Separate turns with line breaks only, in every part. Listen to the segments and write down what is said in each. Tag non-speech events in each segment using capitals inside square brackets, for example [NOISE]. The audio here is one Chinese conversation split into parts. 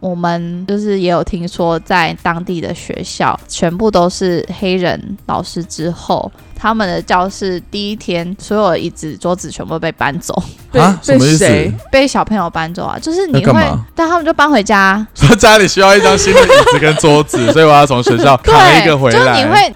我们就是也有听说，在当地的学校全部都是黑人老师之后，他们的教室第一天所有椅子桌子全部被搬走， [LAUGHS]
对
啊，什
被
么意思？
谁
被小朋友搬走啊，就是你
那干
会
嘛，
但他们就搬回家，
说 [LAUGHS] 家里需要一张新的椅子跟桌
[LAUGHS]
子，哦所以我要从学校
对
扛一个，回
就是
来。
你会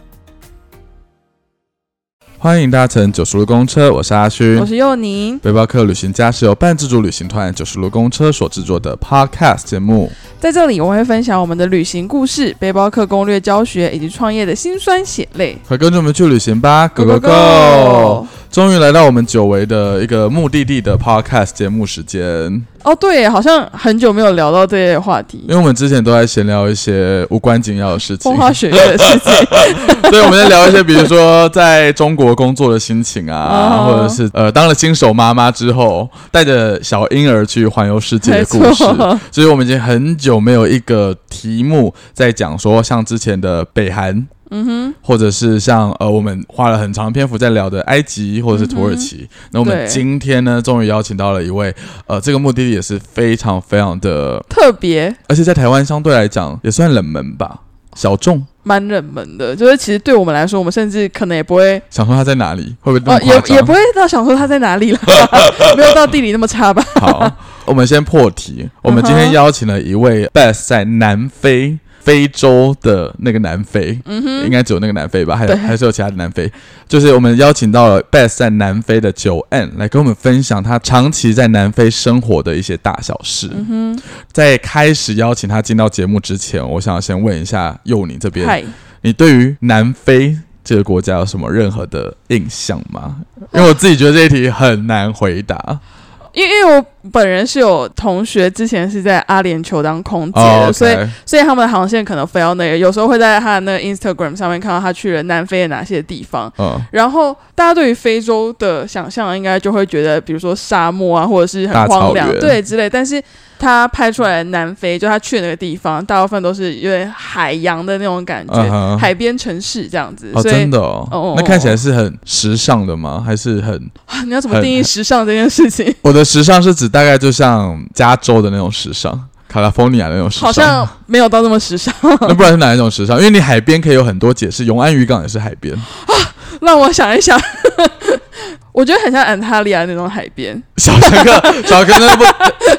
欢迎搭乘九十路公车，我是阿勋
我。是佑宁，
背包客旅行家是由半自助旅行团九十路公车所制作的 Podcast 节目。
在这里我会分享我们的旅行故事、背包客攻略教学以及创业的辛酸血泪。
快跟着我们去旅行吧，Go Go Go！终于来到我们久违的一个目的地的 Podcast 节目时间，
哦，对，好像很久没有聊到这些话题
因，为我们之前都在闲聊一些无关紧要
[LAUGHS]
的事情
风，花雪月的事情。
[LAUGHS] 所以我们在聊一些，比如说在中国工作的心情啊，
哦
或者是呃当了新手妈妈之后，带着小婴儿去环游世界的故
没
事。 [LAUGHS]
错，
所以我们已经很久没有一个题目在讲说，像之前的北韩，
嗯
或者是像呃，我们花了很长篇幅在聊的埃及或者是土耳
嗯
其。那我们
对
今天呢，终于邀请到了一位，呃，这个目的地也是非常非常的，
特别
而且在台湾相对来讲也算冷门吧，小众。
蛮冷门的，就是其实对我们来说，我们甚至可能也不会，
想说它在哪里，会不会那
呃，
么
也
夸张？
也不会到想说他在哪
[LAUGHS]
里了，没有到地理那么差吧？
好， [LAUGHS] 我们先破题。我们今
嗯
天
哼
邀请了一位 Best 在南非。非洲的那个南非，
嗯
应
哼，
该只有那个南非吧，还有
对
还是有其他的南非。就是我们邀请到了 Best 在南非的九 N 来跟我们分享他长期在南非生活的一些大小事。
嗯
在开始邀请他进到节目之前，我想要先问一下佑宁这
哼，
边，
嗨，
你对于南非这个国家有什么任何的印象吗？因为我自己觉得这一题很难回答。
因为因为我本人是有同学之前是在阿联酋当空姐
哦
的，
，OK，
所以所以他们的航线可能飞到那里，有时候会在他的那个 Instagram 上面看到他去了南非的哪些地方。
嗯，
然后大家对于非洲的想象，应该就会觉得，比如说沙漠啊，或者是
大
很
草
荒凉，
原
对之类。但是他拍出来的南非，就他去的那个地方，大部分都是有点海洋的那种感觉
嗯哼
海边城市这样子。
哦，
所以
真的哦，
哦哦
那看起来是很时尚的吗？还是很
啊你要怎么定义时尚这件事情？
我的时尚是指大概就像加州的那种时尚，California 那种时尚，
好像没有到那么时尚， [LAUGHS]
那不然是哪一种时尚？因为你海边可以有很多解释，永安渔港也是海
[LAUGHS]
边，
让我想一想。 [LAUGHS] 我觉得很像安塔利亚那种海边。
小乘客，小乘客不，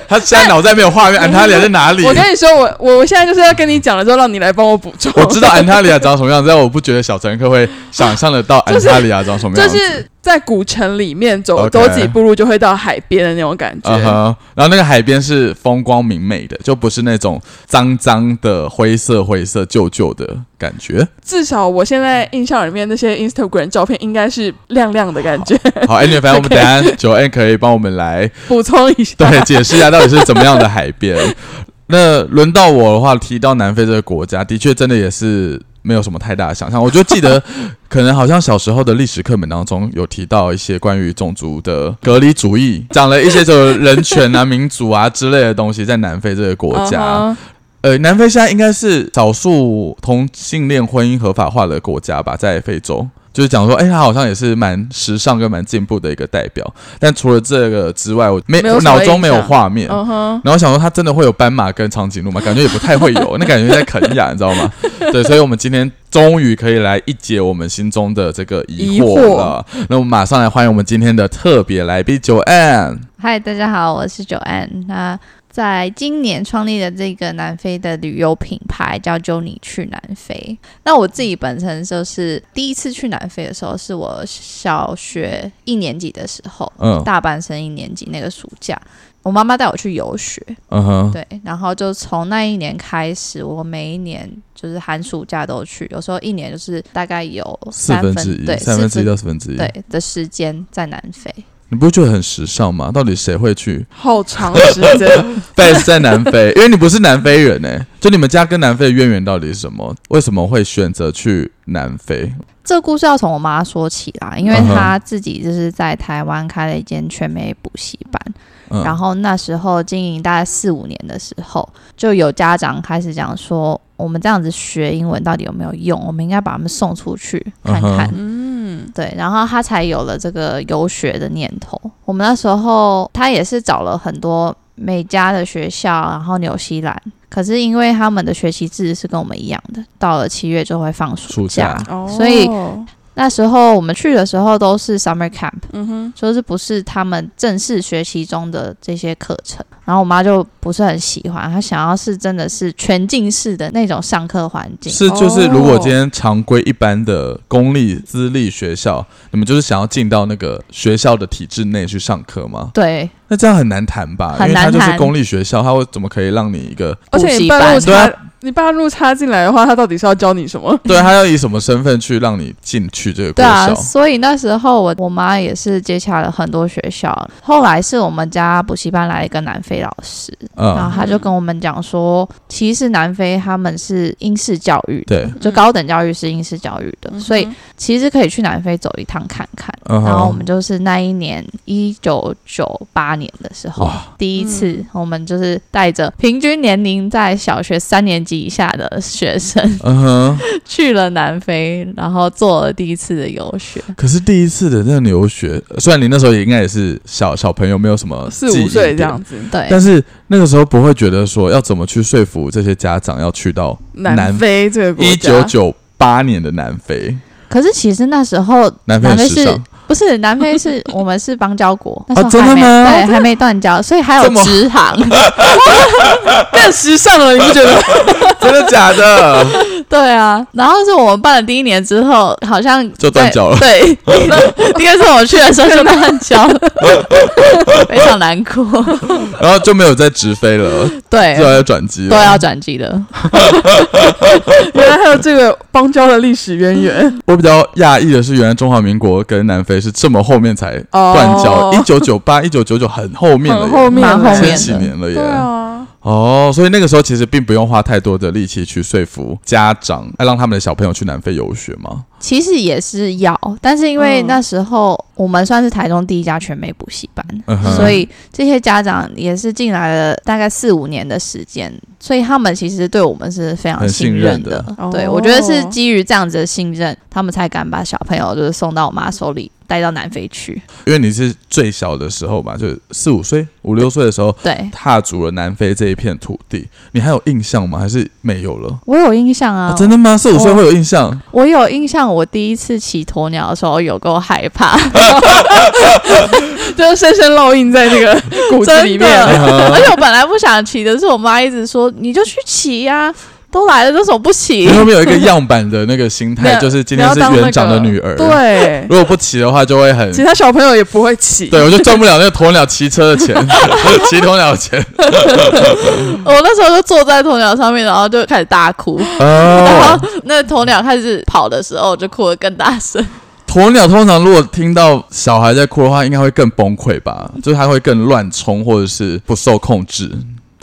他现在脑袋没有
[LAUGHS]
画面，安塔利亚在哪里？
我跟你说，我我我现在就是要跟你讲了之后，让你来帮我补充。
我知道安塔利亚长什么样子，但我不觉得小乘客会想象得到
[LAUGHS]
安
就是
塔利亚长什么
就
样子。
是在古城里面走
OK
走几步路就会到海边的那种感觉。
嗯哼，然后那个海边是风光明媚的，就不是那种脏脏的、灰色灰色、旧旧的感觉。
至少我现在印象里面那些 Instagram 照片应该是亮亮的感
[LAUGHS]
觉。
好，anyway，反正我们等一下九 N 可以帮我们来
补充一下，
对，解释一下到底是怎么样的海边。那轮到我的话，提到南非这个国家，的确真的也是没有什么太大的想象。我就记得，可能好像小时候的历史课本当中有提到一些关于种族的隔离主义，讲了一些这种人权啊、民主啊之类的东西，在南非这个国家。
嗯哼
呃，南非现在应该是少数同性恋婚姻合法化的国家吧，在非洲。就是讲说，哎、他好像也是蛮时尚跟蛮进步的一个代表。但除了这个之外，我没
没有
我
什么
脑中
印
没有
象
画面。
嗯哼，
然后想说，他真的会有斑马跟长颈鹿吗？感觉也不太会有，那感觉在肯亚，你知道吗？对，所以我们今天终于可以来一解我们心中的这个疑惑了。那我们马上来欢迎我们今天的特别来宾九 N。
嗨，大家好，我是九安。那在今年创立的这个南非的旅游品牌叫“揪你去南非”。那我自己本身就是第一次去南非的时候，是我小学一年级的时候，
嗯
大班生一年级那个暑假，我妈妈带我去游学，
嗯哼，
对，然后就从那一年开始，我每一年就是寒暑假都去，有时候一年就是大概有
四
三
分之一，
对
三分之一
四
到四分之一，
对的时间在南非。
你不会觉得很时尚吗？到底谁会去
好长时间。
[LAUGHS] base 在南非？ [LAUGHS] 因为你不是南非人呢、欸就你们家跟南非的渊源到底是什么？为什么会选择去南非？
这个故事要从我妈说起啦，因为
嗯哼
她自己就是在台湾开了一间全美补习班，
嗯，
然后那时候经营大概四五年的时候，就有家长开始讲说，我们这样子学英文到底有没有用？我们应该把他们送出去看看。
嗯，
对，然后他才有了这个游学的念头。我们那时候他也是找了很多美加的学校，然后纽西兰。可是因为他们的学期制是跟我们一样的，到了七月就会放暑
暑假
哦，
所以那时候我们去的时候都是 summer camp，
嗯哼，
就是不是他们正式学习中的这些课程。然后我妈就不是很喜欢，她想要是真的是全进式的那种上课环境。
是
哦
就是如果今天常规一般的公立私立学校，你们就是想要进到那个学校的体制内去上课吗？
对，
那这样很难谈吧？
很
因为它
难
就是
谈
公立学校，它会怎么可以让你一个
而且
补
你
习
半路
班
对啊
插，你半路插进来的话，他到底是要教你什么？
对他要以什么身份去让你进去这个国
对啊，
校？
所以那时候我我妈也是接洽了很多学校，后来是我们家补习班来一个南非老师，
啊嗯
然后他就跟我们讲说，其实南非他们是英式教育
嗯，，对，
就高等教育是英式教育的，
嗯哼
所以其实可以去南非走一趟看看。
嗯哼
然后我们就是那一年一九九八年的时候
哇，
第一次我们就是带着平均年龄在小学三年级以下的学生
嗯哼。
去了南非，然后做了第一次的游学。
可是第一次的那个留学，呃虽然你那时候也应该也是小小朋友，没有什么
四
记
五
忆
岁
点
这样，子，
对，
但是那个时候不会觉得说要怎么去说服这些家长要去到
南非这个国
一
家，
九九八年的南非，
可是其实那时候
南非
南非
很时
是
尚，
不是南非是我们是邦交国，那时候
真的
还没对，
吗
还没断交，所以还
这么
有直航。 [LAUGHS]
更时尚了，你不觉得？
[LAUGHS] 真的假的？ [LAUGHS]
对啊，然后是我们办了第一年之后，好像
就断交了
对，对第二次我去的时候就断交了，非常难过。
然后就没有再直飞了，
哎
对
就，要转机
都
了。
啊
要转机的。
原来还有这个邦交的历史渊源。
我比较讶异的是，原来中华民国跟南非是这么后面才
哦
断交，一九九八、一九九九很后面了
很
耶，
后面
蛮后
千
面
禧
的
年了耶。
对啊，
哦，所以那个时候其实并不用花太多的力气去说服家长，要让他们的小朋友去南非游学嘛。
其实也是要，但是因为
嗯
那时候我们算是台中第一家全美补习班，
嗯哼
所以这些家长也是进来了大概四五年的时间，所以他们其实对我们是非常
很信
信
任
任
的
哦
对，我觉得是基于这样子的信任，他们才敢把小朋友就是送到我妈手里，带到南非去。
因为你是最小的时候嘛，就是四五岁、五六岁的时候，
对
踏足了南非这一片土地，你还有印象吗？还是没有了？
我有印象啊，
哦真的吗？四五岁会有印 [LAUGHS] 象？
我有印象，我第一次骑鸵鸟的时候有够害
[LAUGHS]
怕，
就是深深烙印在那个骨子里
真的
面。
嗯哼
而且我本来不想骑的，是我妈一直说你就去骑呀、都来了，为什么不骑
你？会不会有一个样板的那个心 [LAUGHS]
没
态，
有
就是今天是园长的女儿，，
对，
如果不骑的话 [LAUGHS] 就会很，
其他小朋友也不会骑。
对我就赚不了那个鸵鸟骑车的钱， [LAUGHS] 骑鸵鸟的 [LAUGHS] 钱。
我那时候就坐在鸵鸟上面，然后就开始大哭。然
哦，
后那鸵鸟开始跑的时候，我就哭得更大声。
鸵鸟通常如果听到小孩在哭的话，应该会更崩溃吧？就是他会更乱冲，或者是不受控制。
[LAUGHS]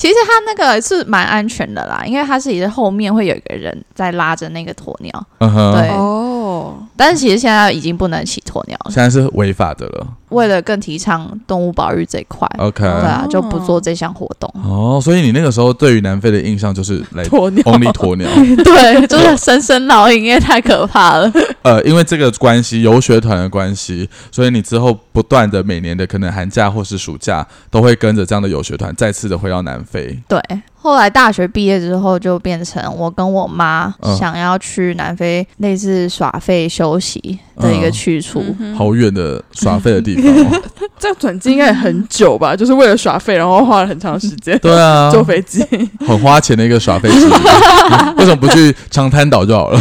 其实它那个是蛮安全的啦，因为它是也是后面会有一个人在拉着那个鸵鸟，
嗯哼，
对
哦，
但是其实现在已经不能骑鸵鸟了。
现在是违法的了。
为了更提倡动物保育这一块，
OK，
对啊
哦，
就不做这项活动。
哦，所以你那个时候对于南非的印象就是来
鸵鸟
only 鸵鸟。
[LAUGHS] [LAUGHS] 对，就是深深烙印，因为太可怕了。
呃，因为这个关系，游学团的关系，所以你之后不断的每年的可能寒假或是暑假，都会跟着这样的游学团再次的回到南非。
对，后来大学毕业之后，就变成我跟我妈
嗯
想要去南非类似耍废休息的一个去处。
好远的耍废的地方、哦，
这样转机应该也很久吧？就是为了耍废，然后花了很长时间 [LAUGHS]
对啊，
坐飞机。
很花钱的一个耍废之旅。为什么不去长滩岛就好了？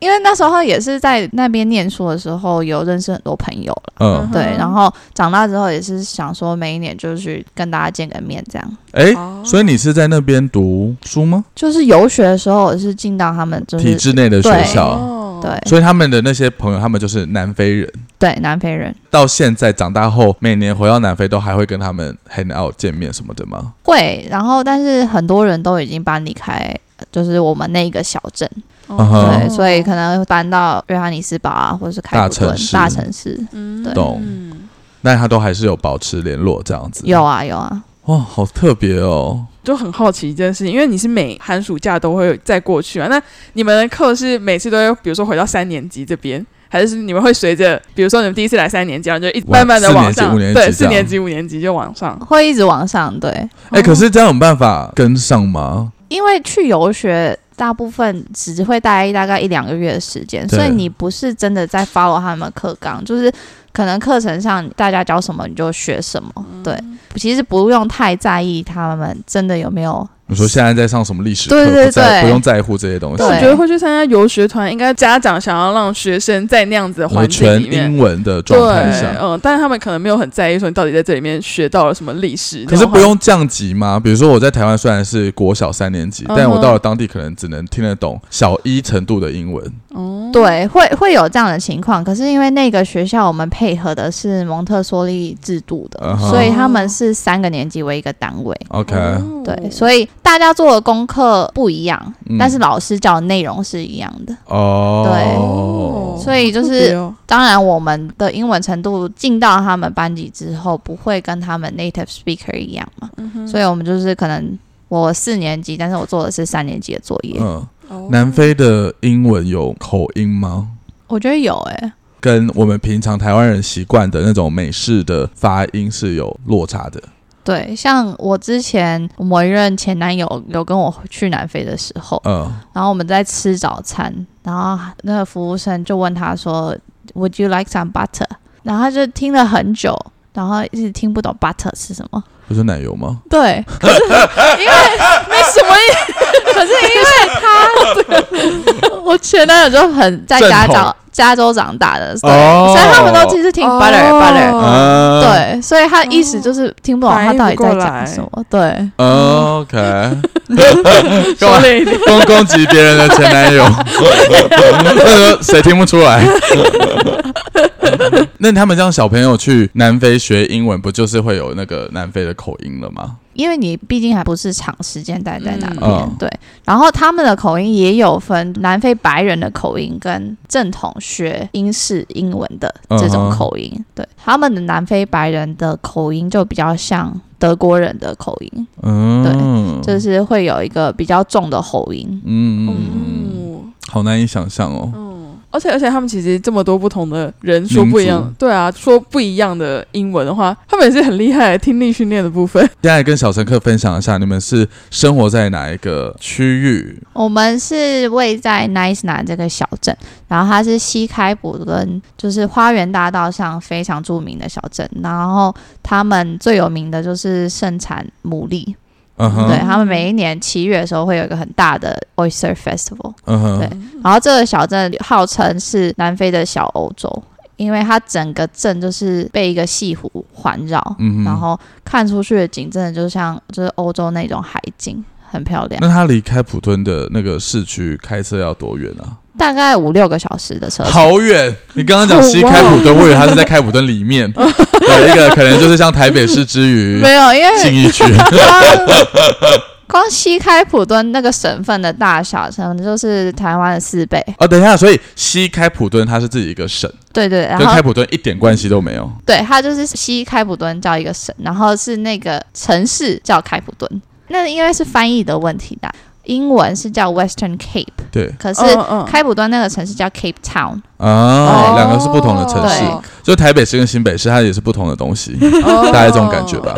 因为那时候也是在那边念书的时候，有认识很多朋友了。
嗯，
对，
嗯
然后长大之后也是想说，每一年就去跟大家见个面，这样。
哎、
哦
所以你是在那边读书吗？
就是游学的时候，我是进到他们就
体
是
制内的学
对
校，
嗯
哦
对
所以他们的那些朋友，他们就是南非人。
对南非人
到现在长大后，每年回到南非都还会跟他们 hang out 见面什么的吗？
会，然后但是很多人都已经搬离开，就是我们那个小镇。
嗯哼
哦
对，所以可能搬到约翰尼斯堡啊，或者是开普
大城
敦
市
大城市。
能
对
懂
嗯
那他都还是有保持联络这样子。
有啊有啊，
哇，好特别哦！
就很好奇一件事情，因为你是每寒暑假都会再过去啊，那你们的课是每次都会，比如说回到三年级这边，还是你们会随着，比如说你们第一次来三年级，然后就一
哇
慢慢的
四
往
年级
上，
五年级
对，
这
四
样
年级、五年级就往上。
会一直往上，对，
哎、可是这样有办法跟上吗？
因为去游学大部分只会待大概一两个月的时间，
对
所以你不是真的在 follow 他们课纲，就是可能课程上大家教什么你就学什么，对，其实不用太在意他们真的有没有
你说现在在上什么历史课，
对对
不在
对
不用在乎这些东西
但我
对
觉得会去参加游学团，应该家长想要让学生在那样子的
呃，
环境
纯
里面
英。文的
对，
状态下。
嗯，但是他们可能没有很在意说你到底在这里面学到了什么历史。
可是不用降级吗？比如说我在台湾虽然是国小三年级，
嗯哼
但我到了当地可能只能听得懂小一程度的英文。
哦，
对，会会有这样的情况。可是因为那个学校我们配合的是蒙特梭利制度的
嗯哼
所以他们是三个年级为一个单位。
OK，、
哦
对，所以大家做的功课不一样，
嗯
但是老师教的内容是一样的。
哦，
所以就
特别
是，
哦
当然我们的英文程度进到他们班级之后，不会跟他们 native speaker 一样嘛。所以我们就是可能我四年级，但是我做的是三年级的作业。
嗯，
哦 [LAUGHS]
南非的英文有口音吗？
我觉得有欸诶、
跟我们平常台湾人习惯的那种美式的发音是有落差的。
对，像我之前某一任前男友有跟我去南非的时候，
嗯，
然后我们在吃早餐，然后那个服务生就问他说，Would you like some butter？然后他就听了很久，然后一直听不懂 butter 是什么。
不是奶油吗？
对，可是 [LAUGHS] 因为没什么意， [LAUGHS] 可是因为他，我前男友就很在
[LAUGHS] 正
加
统
长加州长大的，对
哦
所以他们都其实听 butter、butter。
哦
嗯，
对，所以他意思就是听不懂他到底在
反应不过来
讲什么。对，
嗯，OK，干
说
嘛
累一点，
攻攻击别人的前男 [LAUGHS] 友？那个谁听不出 [LAUGHS] 来？那他们这样小朋友去南非学英文，不就是会有那个南非的口音了吗？
因为你毕竟还不是长时间待在那边，
嗯嗯
对。然后他们的口音也有分南非白人的口音跟正统学英式英文的这种口音，对。他们的南非白人的口音就比较像德国人的口音，
嗯，
就是会有一个比较重的喉音。
嗯，嗯，
嗯，
好难以想象哦。
而且而且他们其实这么多不同的人说不一
民
样，对啊，说不一样的英文的话，他们也是很厉害的听力训练的部分。
现在跟小乘客分享一下，你们是生活在哪一个区域？
我们是位在 Nicena 这个小镇，然后它是西开普敦，就是花园大道上非常著名的小镇。然后他们最有名的就是盛产牡蛎，
嗯
对
哼，
他们每一年七月的时候会有一个很大的 Oyster Festival。
嗯哼
对，然后这个小镇号称是南非的小欧洲，因为它整个镇就是被一个西湖环绕，
嗯哼
然后看出去的景真的就像就是欧洲那种海景，很漂亮，
那他离开普敦的那个市区开车要多远啊？
大概五六个小时的车程。
好远！你刚刚讲西开普敦，我以为他是在开普敦里面， [LAUGHS] 对，一个可能就是像台北市之余，
没有，因为
信义
[LAUGHS]
区。
光光西开普敦那个省份的大小，可能就是台湾的四倍。
哦，等一下，所以西开普敦它是自己一个省，
对对，然
跟
后
开普敦一点关系都没有。
对，它就是西开普敦叫一个省，然后是那个城市叫开普敦。那因为是翻译的问题啦，英文是叫 Western Cape，
对
可是
嗯嗯
开普敦那个城市叫 Cape Town。
啊，两个是不同的城市，
哦对
就台北市跟新北市，它也是不同的东西，
哦
大概这种感觉吧。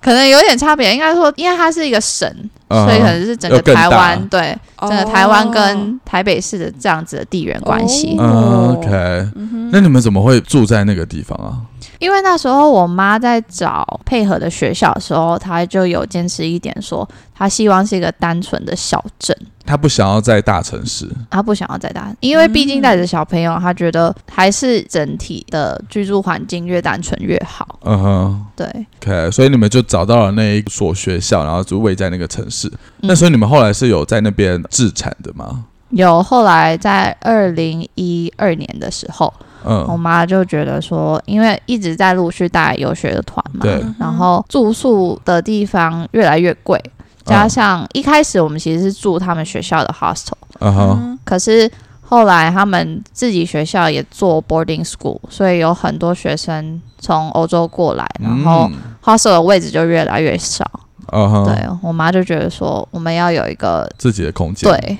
可能有点差别，应该说，因为它是一个省，
嗯
所以可能是整个
要更大
台湾，对，
哦
整个台湾跟台北市的这样子的地缘关系。
嗯 OK，那你们怎么会住在那个地方啊？
因为那时候我妈在找配合的学校的时候，她就有坚持一点说，她希望是一个单纯的小镇。
他不想要在大城市，
他不想要再大，因为毕竟带着小朋友，他觉得还是整体的居住环境越单纯越好。
嗯哼。
对，
OK，所以你们就找到了那一所学校，然后就位在那个城市。那
嗯
所以你们后来是有在那边置产的吗？
有后来在二零一二年的时候，我
嗯，
哦
妈就觉得说，因为一直在陆续带游学的团嘛，
嗯
对，
然后住宿的地方越来越贵，
啊
加上一开始我们其实是住他们学校的 hostel，
嗯哼，
嗯
可是后来他们自己学校也做 boarding school，所以有很多学生从欧洲过来，然后
嗯
hostel 的位置就越来越少。
嗯哼，
对我妈就觉得说，我们要有一个
自己的空间，
对，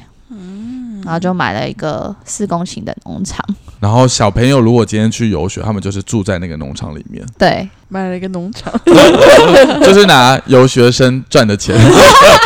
然后就买了一个四公顷的农场。
然后小朋友如果今天去游学，他们就是住在那个农场里面， [LAUGHS]
对，
买了一个农场，
就是拿游学生赚
[LAUGHS]
的钱，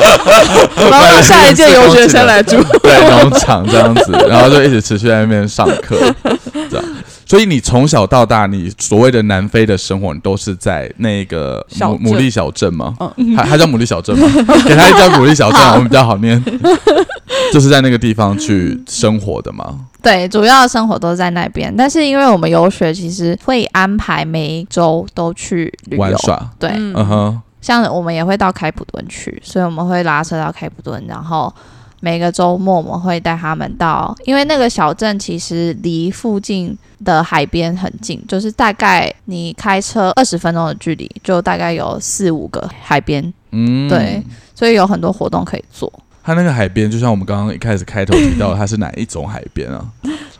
然后让下一届游学生来住。
[LAUGHS] 对农场这样子，然后就一直持续在那边上课， [LAUGHS] 这样。所以你从小到大，你所谓的南非的生活，你都是在那个
小
牡
镇
牡蛎小镇吗？
嗯
它它叫牡蛎小镇吗？ [LAUGHS] 给它叫牡蛎小镇，我们比较好念。 [LAUGHS] 就是在那个地方去生活的嘛。
对，主要的生活都在那边，但是因为我们游学，其实会安排每一周都去旅
玩
游。
耍。
对，
嗯
嗯哼，
像我们也会到开普敦去，所以我们会拉车到开普敦，然后每个周末我们会带他们到，因为那个小镇其实离附近的海边很近，就是大概你开车二十分钟的距离，就大概有四五个海边，
嗯，
对。所以有很多活动可以做。
它那个海边，就像我们刚刚一开始开头提到的，它是哪一种海边啊？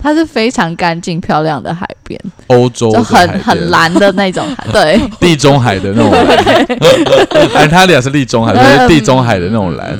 它是非常干净漂亮的海边，
欧洲
就
的海
很
边
很蓝的那种海，对。
地中海 [LAUGHS] 的
[LAUGHS]
那种蓝， [LAUGHS] 安塔利亚是地中海，不
嗯
是地中海的那种蓝，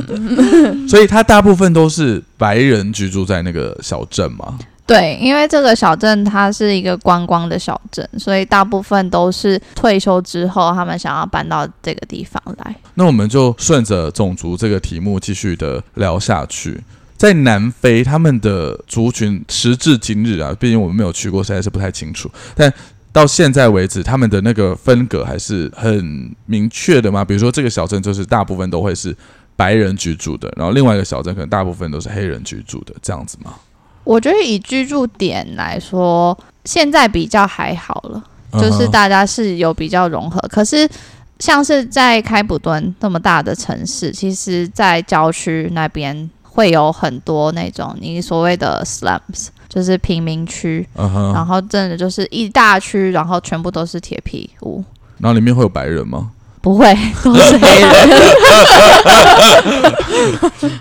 所以它大部分都是白人居住在那个小镇嘛。
对，因为这个小镇它是一个观光的小镇，所以大部分都是退休之后他们想要搬到这个地方来。
那我们就顺着种族这个题目继续的聊下去。在南非，他们的族群时至今日啊，毕竟我们没有去过，实在是不太清楚。但到现在为止，他们的那个分隔还是很明确的嘛。比如说，这个小镇就是大部分都会是白人居住的，然后另外一个小镇可能大部分都是黑人居住的，这样子嘛。
我觉得以居住点来说，现在比较还好了，就是
嗯哼
大家是有比较融合。可是像是在开普敦这么大的城市，其实，在郊区那边会有很多那种你所谓的 slums，就是贫民区，
嗯哼，
然后真的就是一大区，然后全部都是铁皮屋。
然后里面会有白人吗？
不 [LAUGHS] 会，都是黑人。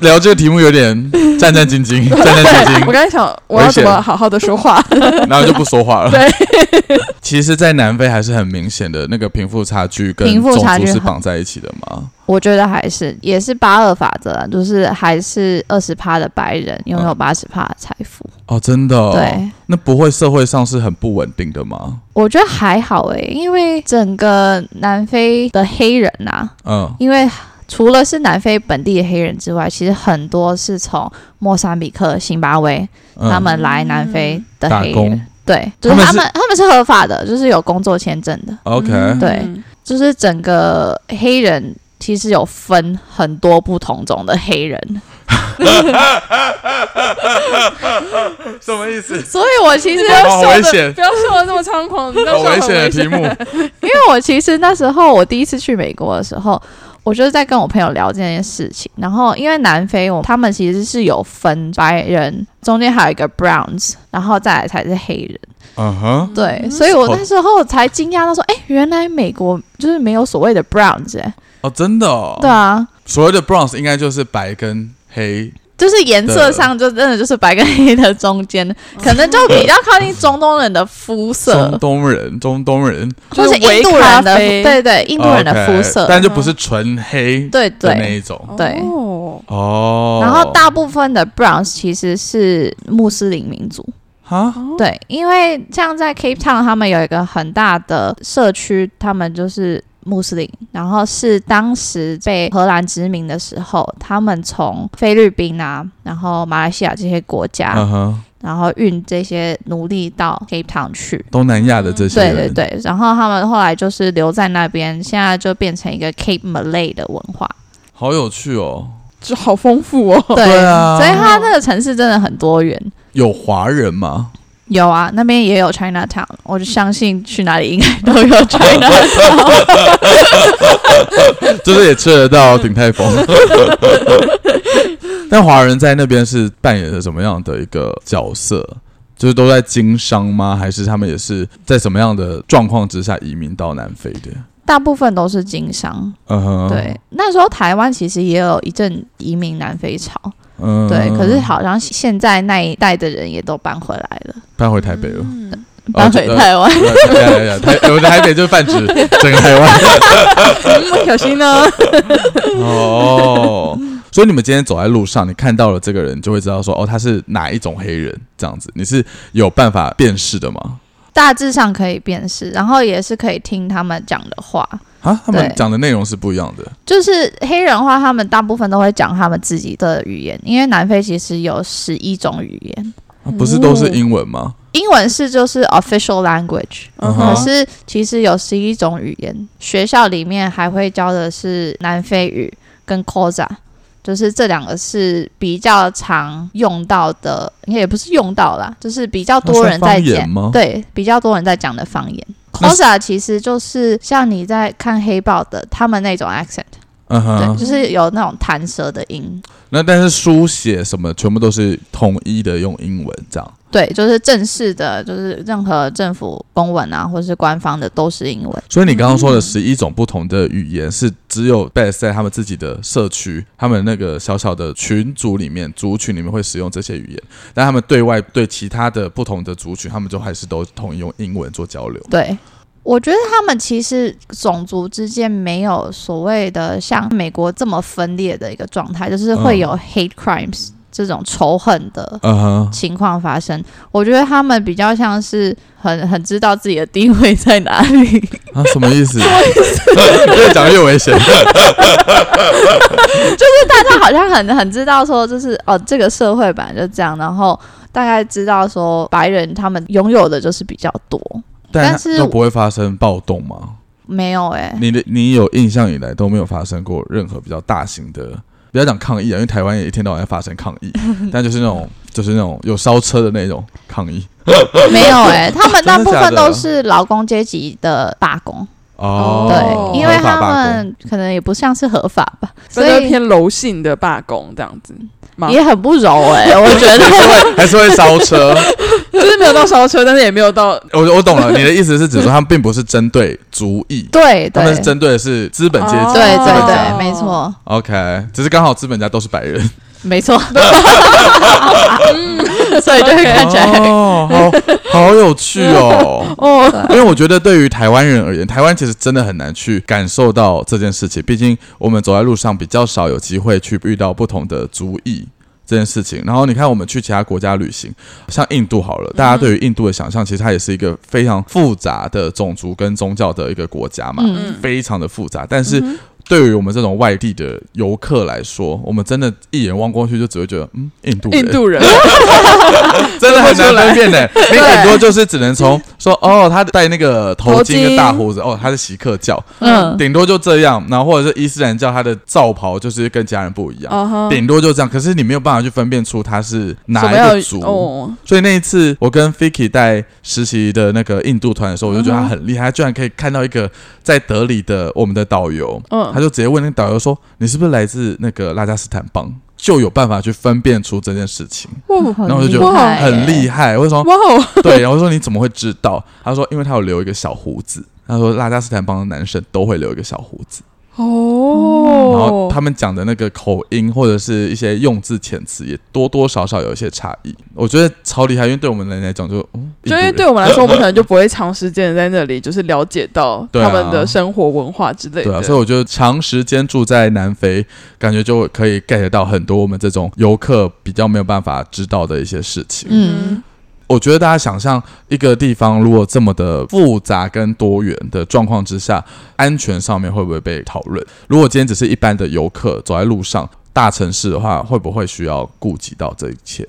聊这个题目有点战战兢
[LAUGHS]
兢，战战兢
我
兢，
刚才想，我要怎
危
么
险
好好的说话？
然后就不说话了。
对，
[LAUGHS] 其实，在南非还是很明显的那个贫富差距跟
贫
种
富差距
族是
很
绑在一起的嘛。
我觉得还是也是八二法则啊，就是还是二十趴的白人拥有八十趴的财富。
哦，真嗯的、哦，，
对，
那不会社会上是很不稳定的吗？
我觉得还好诶、因为整个南非的黑人呐、啊，
嗯，
因为除了是南非本地的黑人之外，其实很多是从莫桑比克、津巴威
嗯
他们来南非的
打
黑
工
人。对，就是
他
他
们是
们，他们是合法的，就是有工作签证的。
，OK，
嗯
对就是整个黑人其实有分很多不同种的黑人，
什么意
[LAUGHS]
思？
所以我
[LAUGHS]
其实
好危险
不要说的这么猖狂，你知道
好
说
危
很
险的题目，
[LAUGHS] 因为我其实那时候我第一次去美国的时候，我就是在跟我朋友聊这件事情。然后因为南非我他们其实是有分白人，中间还有一个 Browns，然后再来才是黑人。
嗯哼，
对，所以我那时候才惊讶到说，哎、原来美国就是没有所谓的 Browns，、哎，
哦，真的、哦，
对，啊。
所谓的 bronze 应该就是白跟黑，
就是颜色上，就真的就是白跟黑的中间，可能就比较靠近中东人的肤色
中，东人，中东哦人，
或是
就是
印度人的，
微咖啡
对对，印度人的
OK，
肤色，嗯
但就不是纯黑
对
的那
对。
一种。
对
哦
哦，
嗯然后大部分的 Browns 其实是穆斯林民族，
啊，
对，因为像在 Cape Town，他们有一个很大的社区，他们就是穆斯林，然后是当时被荷兰殖民的时候，他们从菲律宾啊，然后马来西亚这些国家，
嗯哼，
然后运这些奴隶到 Cape Town 去，
东南亚的这些
对
人，
对对，然后他们后来就是留在那边，现在就变成一个 Cape Malay 的文化。
好有趣哦。
就好丰富哦。
对
对啊
所以它那个城市真的很多元。
有华人吗？
有啊，那边也有 China Town，我就相信去哪里应该都
[LAUGHS]
有
哦
China Town。
就是也吃得到鼎
[LAUGHS]
泰丰。但华人在那边是扮演着什么样的一个角色？就是都在经商吗？还是他们也是在什么样的状况之下移民到南非的？
大部分都是经商。
嗯哼，
对，那时候台湾其实也有一阵移民南非潮，
嗯
对，可是好像现在那一代的人也都搬回来了。
嗯
搬回台北了。哦 [LAUGHS]
搬回台湾，
对呀哎呀，台 [LAUGHS] 我的台北就泛指整个台湾
嗯小心
[LAUGHS]
呢。
哦。所以你们今天走在路上，你看到了这个人，就会知道说哦，他是哪一种黑人这样子。你是有办法辨识的吗？
大致上可以辨识，然后也是可以听他们讲的话。
啊，他们
对
讲的内容是不一样的。
就是黑人的话，他们大部分都会讲他们自己的语言，因为南非其实有十一种语言，
啊不是都是英文吗？
英文是就是 official language，可
嗯哼
是其实有十一种语言。学校里面还会教的是南非语跟 Kosa，就是这两个是比较常用到的，也不是用到啦，就是比较多人在
那是方
讲
言吗，
对，比较多人在讲的方言。
那是
Kosa 其实就是像你在看黑豹的他们那种 accent，
嗯
对，
哼，
就是有那种弹舌的音，
那但是书写什么全部都是统一的用英文这样。
对，就是正式的，就是任何政府公文啊，或是官方的都是英文。
所以你刚刚说的十一种不同的语言，是只有 base 在他们自己的社区、他们那个小小的群组里面、族群里面会使用这些语言，但他们对外对其他的不同的族群，他们就还是都统一用英文做交流。
对，我觉得他们其实种族之间没有所谓的像美国这么分裂的一个状态，就是会有 hate crimes 这种仇恨的
嗯哼，
情况发生。我觉得他们比较像是很很知道自己的地位在哪
[LAUGHS]
里，
啊，什么
[LAUGHS]
意思？越讲越危险。
大家好像很很知道说，就是哦，这个社会本来就这样，然后大概知道说白人他们拥有的就是比较多，但是
都不会发生暴动吗？
没有欸诶、
你的你有印象以来都没有发生过任何比较大型的，不要讲抗议啊，因为台湾也一天到晚在发生抗议，但就是那种就是那种有烧车的那种抗议。
没有哎、他们大部
真的假
分
的
都是劳工阶级的罢工，
哦，
哦
对，因为
合法
他
罢工
们可能也不像是合法吧，所
所以
以
偏柔性的罢工这样
[LAUGHS]
子，吗
也很不柔哎、我觉得
还是会烧车。
[LAUGHS]
就是没有到烧车，但是也没有到
我我懂了，你的意思是指说他们并不是针对族裔，
对
他
对
们是针对的是资本阶级。
哦
对对
这么
对，
讲
没错
哦 OK，只是刚好资本家都是白人，
没
[LAUGHS]
错， [LAUGHS] 所以就会看起来很
嗯哦，好好有趣
[LAUGHS]
哦。
哦，
因为我觉得对于台湾人而言，台湾其实真的很难去感受到这件事情，毕竟我们走在路上比较少有机会去遇到不同的族裔。这件事情，然后你看，我们去其他国家旅行，像印度好了，大家对于印度的想象，其实它也是一个非常复杂的种族跟宗教的一个国家嘛。
嗯，
非常的复杂，但是对于我们这种外地的游客来说，我们真的一眼望过去就只会觉得，嗯，印度人，
印度人
真的很难分辨
[LAUGHS]
呢。你顶多就是只能从说，哦，他戴那个头
头
巾跟大
巾
胡子，哦，他是锡克教， [LAUGHS]
嗯
顶多就这样。然后或者是伊斯兰教，他的罩袍就是跟家人不一
[LAUGHS]
样，
啊哈，
顶多就这样。可是你没有办法去分辨出他是
什
哪
么
一
样
个
的
族。
哦，
所以那一次我跟 Fiki 带实习的那个印度团的时候，我就
嗯
觉得他很厉害，他居然可以看到一个在德里的我们的导游，
嗯
他就直接问那个导游说：“你是不是来自那个拉加斯坦邦？”就有办法去分辨出这件事情，
嗯很
然后我就觉
厉
得
害
很厉
害，
害。我就说
哇哦，
[LAUGHS] 对，然后我说你怎么会知道？他说因为他有留一个小胡子。他说拉加斯坦邦的男生都会留一个小胡子，然后
哦，
他们讲的那个口音或者是一些用字遣词也多多少少有一些差异。我觉得超厉害，因为对我们人来讲就，嗯
就
印
因为
度人
对我们来说，我们可能就不会长时间的在那里，就是了解到
[LAUGHS] 对啊
他们的生活文化之类
对
的
啊，。所以我觉得长时间住在南非，感觉就可以 get 到很多我们这种游客比较没有办法知道的一些事情。
嗯，
我觉得大家想象一个地方如果这么的复杂跟多元的状况之下，安全上面会不会被讨论？如果今天只是一般的游客走在路上，大城市的话，会不会需要顾及到这一切？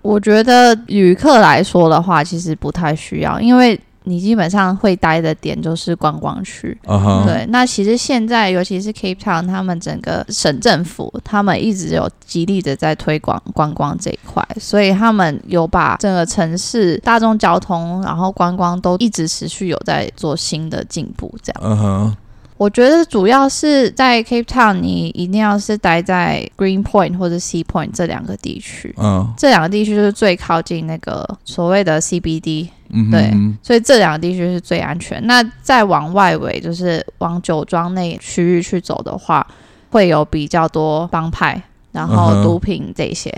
我觉得旅客来说的话，其实不太需要，因为你基本上会待的点就是观光区，
嗯哼，
对，那其实现在尤其是 Cape Town，他们整个省政府，他们一直有极力的在推广观光这一块，所以他们有把整个城市大众交通，然后观光都一直持续有在做新的进步。这样，
嗯哼，
我觉得主要是在 Cape Town，你一定要是待在 Green Point 或者 Sea Point 这两个地区。
嗯
这两个地区就是最靠近那个所谓的 CBD，
嗯哼，
对所以这两个地区是最安全。那再往外围，就是往酒庄那区域去走的话，会有比较多帮派，然
嗯
后
哼
毒品这些。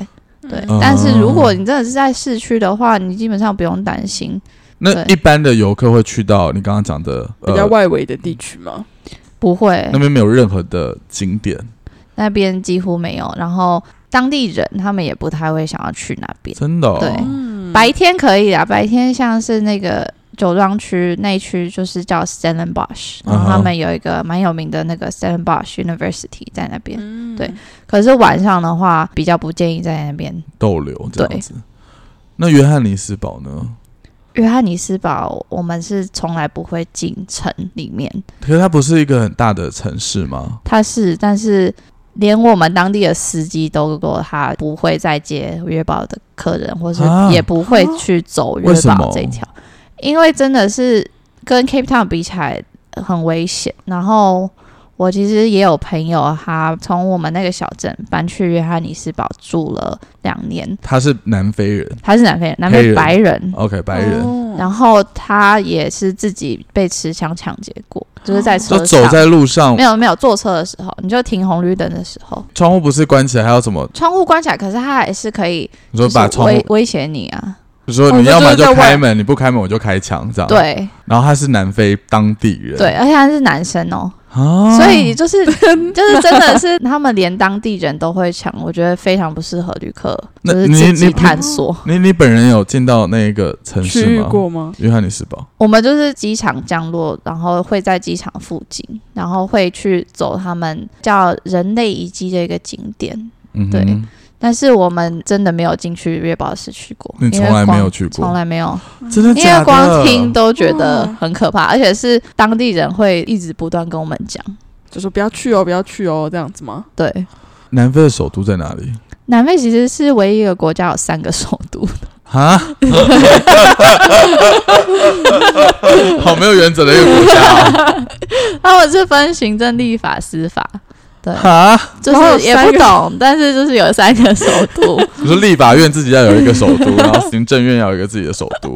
对
嗯
但是如果你真的是在市区的话，你基本上不用担心。
那
对
一般的游客会去到你刚刚讲的
比较
呃
外围的地区嘛。
不会，
那边没有任何的景点，
那边几乎没有。然后当地人他们也不太会想要去那边。
真的、哦。
对
嗯，
白天可以啊，白天像是那个酒庄区那区就是叫 Stellenbosch，然
嗯
后
哼
他们有一个蛮有名的那个 Stellenbosch University 在那边。
嗯
对可是晚上的话，比较不建议在那边。
逗留这样子。那约翰尼斯堡呢？
约翰尼斯堡，我们是从来不会进城里面，
可是它不是一个很大的城市吗？
它是，但是连我们当地的司机都说他不会再接约堡的客人，或是
啊
也不会去走约
为什
堡
么
这条，因为真的是跟 Cape Town 比起来呃很危险。然后我其实也有朋友，他从我们那个小镇搬去约翰尼斯堡住了两年，
他是南非人
他是南非人，南
黑
非
人
白人，
，OK，白人，
哦
然后他也是自己被持枪抢劫过，就是在车
就
上，
走在路上
没，有没有坐车的时候，你就停红绿灯的时候，
窗户不是关起来，还要怎么？
窗户关起来，可是他还是可以
你
就
说
是
把窗
威
户，
威胁你啊，
你说
哦
你
那
要么
就是在
就
外
开门，你不开门我就开枪这样。。
对
然后他是南非当地人，
对，而且他是男生哦，
啊，
所以就是就是真的是他们连当地人都会抢，我觉得非常不适合旅客，
那
就是
你
自己
你
探索。
你你本人有进到那个城
区
市
域
吗？
过吗？
约翰尼斯堡，
我们就是机场降落，然后会在机场附近，然后会去走他们叫人类遗迹的一个景点，
嗯哼，
对但是我们真的没有进去月堡市区过，
你
因为
从来
光
没有去过
从来没有，
真的
因为
假的？
光听都觉得
哇
很可怕，而且是当地人会一直不断跟我们讲。
就说不要去哦，不要去哦，这样子吗？
对，
南非的首都在哪里？
[LAUGHS] 南非其实是唯一一个国家有三个首都， [LAUGHS]
啊，好没有原则的一个国家啊
[LAUGHS] 他们是分行政、立法、司法，对，
啊！啊
就
然后有
是也
三
不
个
懂，但是就是有三个首 [LAUGHS] 都。
你说立法院自己要有一个首都， [LAUGHS] 然后行政院要有一个自己的首都，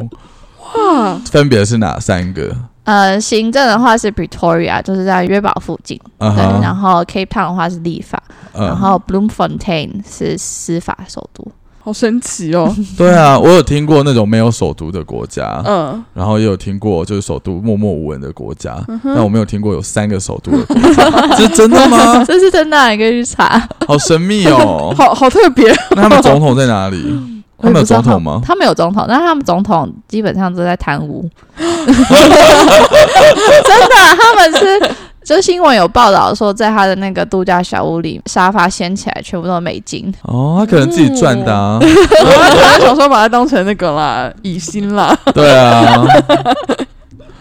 哇，
分别是哪三个？
呃，行政的话是 Pretoria，就是在约堡附近，
啊
对，然
哈，
后 Cape Town 的话是立法，然
嗯，
后 Bloemfontein 是司法首都。
好神奇
[LAUGHS]
哦。
对啊，我有听过那种没有首都的国家，
嗯，
然后也有听过就是首都默默无闻的国家，
嗯
但我没有听过有三个首都的国家， [LAUGHS] 这是真的吗？
这是真的啊，你可以去查。
好神秘
[LAUGHS]
哦！
好好特别。
那他们总统在哪里？ [LAUGHS] 他们有总统吗？
他们有总统，但他们总统基本上都在贪
[LAUGHS]
污。真的，他们是就新闻有报道说，在他的那个度假小屋里，沙发掀起来全部都是美金。
哦，他可能自己赚的啊。
我本来想说把它当成那个啦，以心啦。
对啊。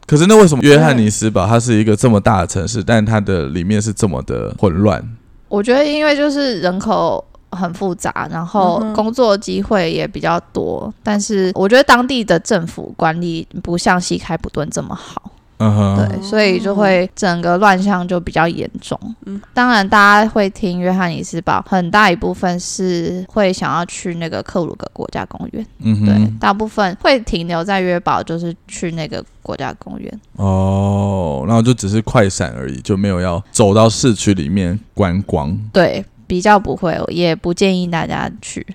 可是那为什么约翰尼斯堡它是一个这么大的城市，但它的里面是这么的混乱？
我觉得，因为就是人口。很复杂，然后
嗯哼
工作机会也比较多，但是我觉得当地的政府管理不像西开普敦这么好。
嗯哼，
对，所以就会整个乱象就比较严重。嗯，当然大家会听约翰尼斯堡，很大一部分是会想要去那个克鲁格国家公园，
嗯
对，
哼，
大部分会停留在约堡，就是去那个国家公园。
嗯哦，然后就只是快闪而已，就没有要走到市区里面观光，
对，比较不会，也不建议大家
[COUGHS]
去。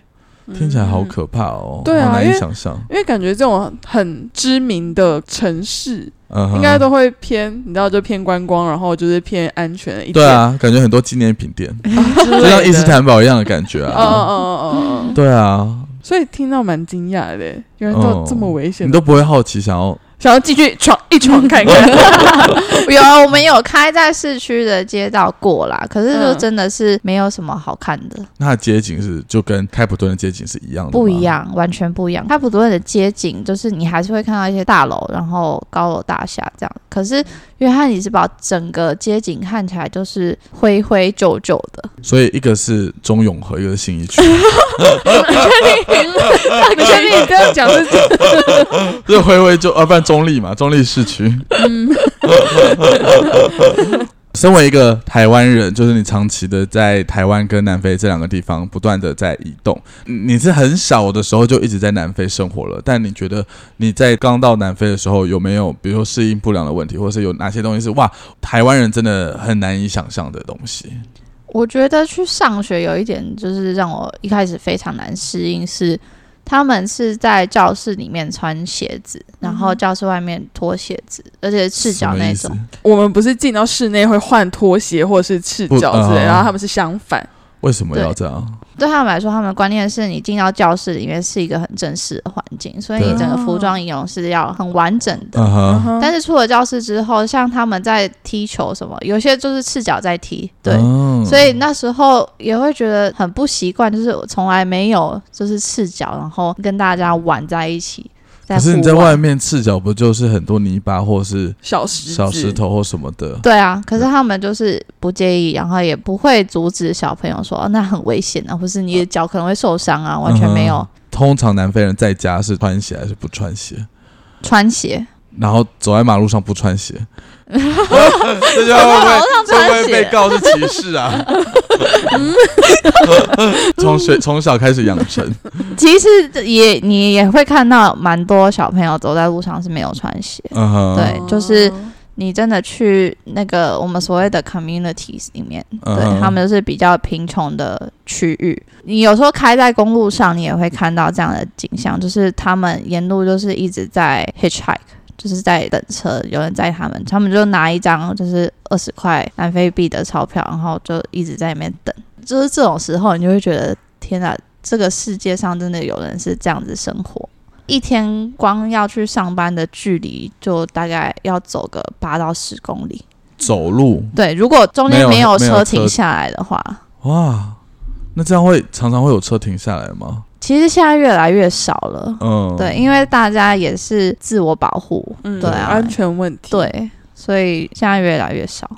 [LAUGHS] 听起来好可怕哦，
对啊
好难
因
以
为
想象。
因为感觉这种很知名的城市，
嗯哼，
应该都会偏，你知道，就偏观光，然后就是偏安全一点。
对，啊，感觉很多纪念品店，
就
就像伊斯。坦堡一样的感觉
嗯嗯
啊。
嗯嗯嗯嗯，
对啊，
所以听到蛮惊讶的，原来到这么危险
你
的，
都不会好奇想要
想要继续闯一闯看
[LAUGHS]
看。
有啊，我们有开在市区的街道过啦，可是就
嗯
真的是没有什么好看的，
那街景是就跟开普敦的街景是一样的，
不一。样，完全不一样。它普通的街景就是你还是会看到一些大楼，然后高楼大厦这样。可是约翰尼斯堡整个街景看起来就是灰灰旧旧的，
所以一个是中永和，一个是信义区。
[LAUGHS] 你确定你这样讲
[LAUGHS]
是？
就回回就啊，不然中立嘛，中立市区。身为一个台湾人，就是你长期的在台湾跟南非这两个地方不断的在移动，你你是很小的时候就一直在南非生活了，但你觉得你在刚到南非的时候有没有，比如说适应不良的问题，或者是有哪些东西是哇，台湾人真的很难以想象的东西？
我觉得去上学有一点就是让我一开始非常难适应，是他们是在教室里面穿鞋子，然后教室外面脱鞋子，而且是赤脚那
嗯什
种
么意。思
我们不是进到室内会换拖鞋或者是赤脚之
不
类，
嗯
然后他们是相反。
为什么要这样？
对他们来说，他们的观念是你进到教室里面是一个很正式的环境，所以你
对
整个服装仪容是要很完整的。
嗯
嗯
哼，
哼
但是出了教室之后，像他们在踢球什么，有些就是赤脚在踢，对，
嗯
所以那时候也会觉得很不习惯，就是我从来没有就是赤脚，然后跟大家玩在一起。
可是你
户
在
外
外面赤脚，不就是很多泥巴或是
小石子
小石，头或什么的？
对啊，可是他们就是不介意，然后也不会阻止小朋友说、哦那很危险啊，或是你的脚可能会受伤啊，完全没有
通常南非人在家是穿鞋还是不穿鞋？
穿鞋，
然后走在马路上不穿鞋，这句话
走在马
[LAUGHS] 会
路上
不会会
穿
不会被
鞋，
告是歧视啊？从学从小开始养成，
其实也你也会看到蛮多小朋友走在路上是没有穿鞋。
嗯哼，
对就是你真的去那个我们所谓的 communities 里面，
嗯
对
哼
他们就是比较贫穷的区域。你有时候开在公路上，你也会看到这样的景象，就是他们沿路就是一直在 hitchhike，就是在等车，有人载他们，他们就拿一张就是二十块南非币的钞票，然后就一直在那边等。就是这种时候，你就会觉得天哪，这个世界上真的有人是这样子生活。一天光要去上班的距离，就大概要走个八到十公里。
走路
对，如果中间
没有没有
车
车
停下来的话，
哇，那这样会常常会有车停下来吗？
其实现在越来越少了。
嗯，
对，，因为大家也是自我保护，
嗯
对啊
安全问题。，
对，所以现在越来越少。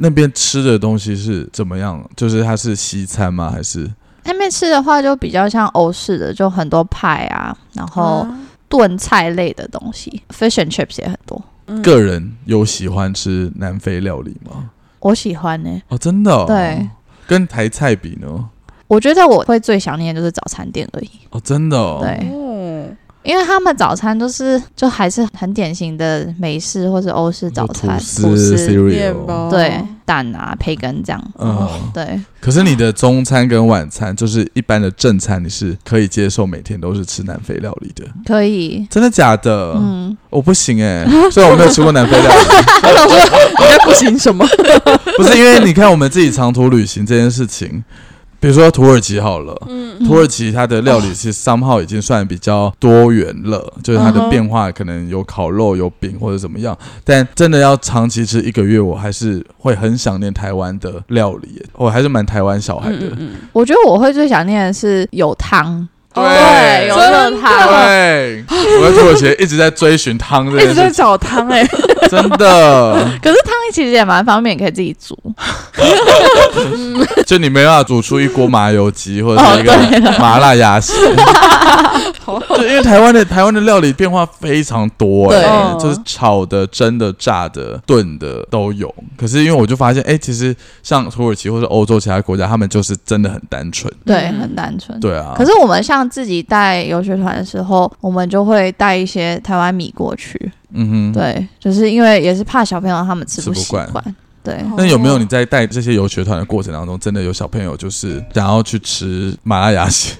那边吃的东西是怎么样？就是它是西餐吗？还是
那边吃的话，就比较像欧式的，就很多派啊，然后
嗯
炖菜类的东西、f i s h and chips 也很多。
嗯
个人有喜欢吃南非料理吗？
我喜欢呢、
哦，真的、哦，
对，
跟台菜比
哦
呢？
我觉得我会最想念的就是早餐店而已。
哦，真的、哦，
对，
哦，
因为他们早餐都是就还是很典型的美式或是欧式早
有
餐，
吐司、
吐
cereal，
面包，
对，蛋啊培根这样，
嗯，
对，
可是你的中餐跟晚餐，就是一般的正餐，你是可以接受每天都是吃南非料理的，
可以，
真的假的？
嗯，
我不行哎、虽然我没有吃过南非料理，
应该不
[LAUGHS]
行什么？
不是因为你看我们自己长途旅行这件事情，比如说土耳其好了，
嗯，
土耳其它的料理其实 somehow 已经算比较多元了，就是它的变化可能有烤肉、有饼或者怎么样。但真的要长期吃一个月，我还是会很想念台湾的料理，我还是蛮台湾小孩的。
嗯
我觉得我会最想念的是有汤，
对
对，有热
真
汤，
对， [LAUGHS] 我在土耳其一直在追寻汤这
[LAUGHS] 一直
件
在
事情，
找汤哎，
真的，
可是汤其实也蛮方便，可以自己煮。 [LAUGHS]
就你没办法煮出一锅麻油鸡或者
哦
是一个
对
麻辣
[LAUGHS]
鸭血，
好
就因为台湾的台湾的料理变化非常多、
对
哎，就是炒的、蒸的、炸的、炖的都有。可是因为我就发现，哎、其实像土耳其或者欧洲其他国家，他们就是真的很单纯，
对，
嗯
很单纯。
对啊。
可是我们像自己带游学团的时候，我们就会带一些台湾米过去，
嗯哼，。
对，就是因为也是怕小朋友他们吃
吃不
习
惯
惯，对。
[LAUGHS] 那有
[LAUGHS]
没有你在带这些游学团的过程当中，真的有小朋友就是想要去吃麻辣鸭血？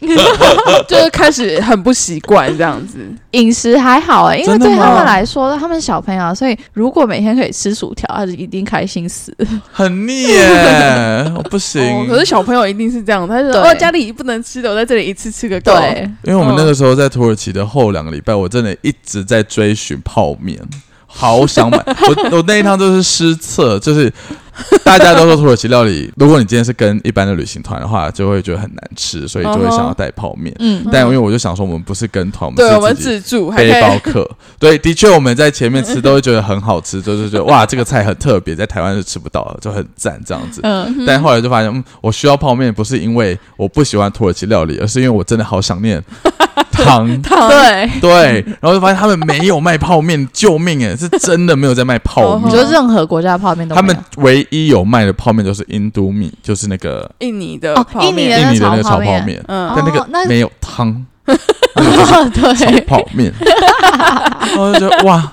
就是开始很不习惯这样子？
嗯
饮食还好哎、因为
真的
对他
吗
们来说，他们小朋友啊，所以如果每天可以吃薯条，他就一定开心死。
很腻耶，
[LAUGHS]
我不行。
哦可是小朋友一定是这样，他就
对
说哦家里不能吃的，我在这里一次吃个够。
对，
因为我们那个时候在土耳其的后两个礼拜，我真的一直在追寻泡面，好想买。 [LAUGHS] 我我那一趟就是失策，就是大家都说土耳其料理，如果你今天是跟一般的旅行团的话，就会觉得很难吃，所以就会想要带泡面。
嗯，
但因为我就想说，我们不是跟团，
对，我
们
们
是自己
自助还可
背
以
包客。对，的确我们在前面吃都会觉得很好吃，就是觉得哇，这个菜很特别，在台湾是吃不到的，就很赞这样子。
嗯，
但后来就发现，嗯，我需要泡面不是因为我不喜欢土耳其料理，而是因为我真的好想
[LAUGHS]
念汤。
汤
对，
对，然后就发现他们没有卖泡面，救命哎，是真的没有在卖泡
你
嗯
说
面。
任何国家的泡面都
他
没
们
有
唯一有卖的泡面就是印度米，就是那个
印尼的
哦
泡
印
面
尼的
印尼的那个
炒
炒
泡面
泡面，
嗯
但那
哦那
个没有汤，
[LAUGHS] 对
炒泡面。然后就觉得哇，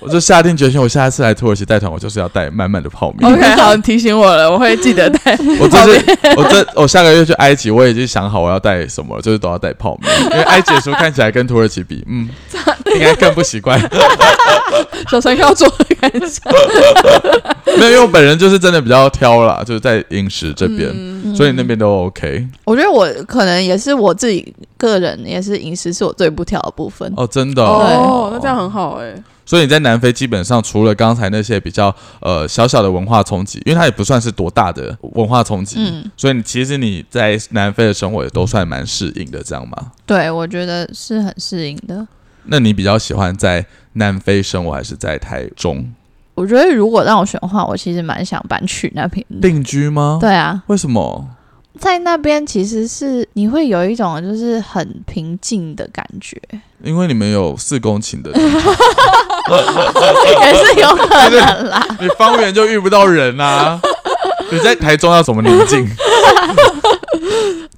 我就下定决心，我下一次来土耳其带团，我就是要带满满的泡
[LAUGHS]
面。
OK，好，你提醒我了，我会记得带。
[LAUGHS] 我这是我这我下个月去埃及，我已经想好我要带什么了，就是都要带泡面，因为埃及的食物看起来跟土耳其比，嗯，应该更不习惯。 [LAUGHS]
小三要做的感觉。
没有，因为我本人就是真的比较挑啦，就是在饮食这边，
嗯
嗯
所以那边都 OK。
我觉得我可能也是我自己个人也是饮食是我最不挑的部分。
哦，真的
哦，那这样很好哎。
所以你在南非基本上除了刚才那些比较呃小小的文化冲击，因为它也不算是多大的文化冲击，
嗯，
所以你其实你在南非的生活也都算蛮适应的，这样吗？
对，我觉得是很适应的。
那你比较喜欢在南非生活还是在台中
我觉得如果让我选的话，我其实蛮想搬去那边的。
定居吗？
对啊，
为什么？
在那边其实是你会有一种就是很平静的感
[LAUGHS]
觉，
因为你们有四公顷
[LAUGHS]
的，
也是有可能啦。
你方圆就遇不到人
[LAUGHS]
啊。你在台中要怎么宁静？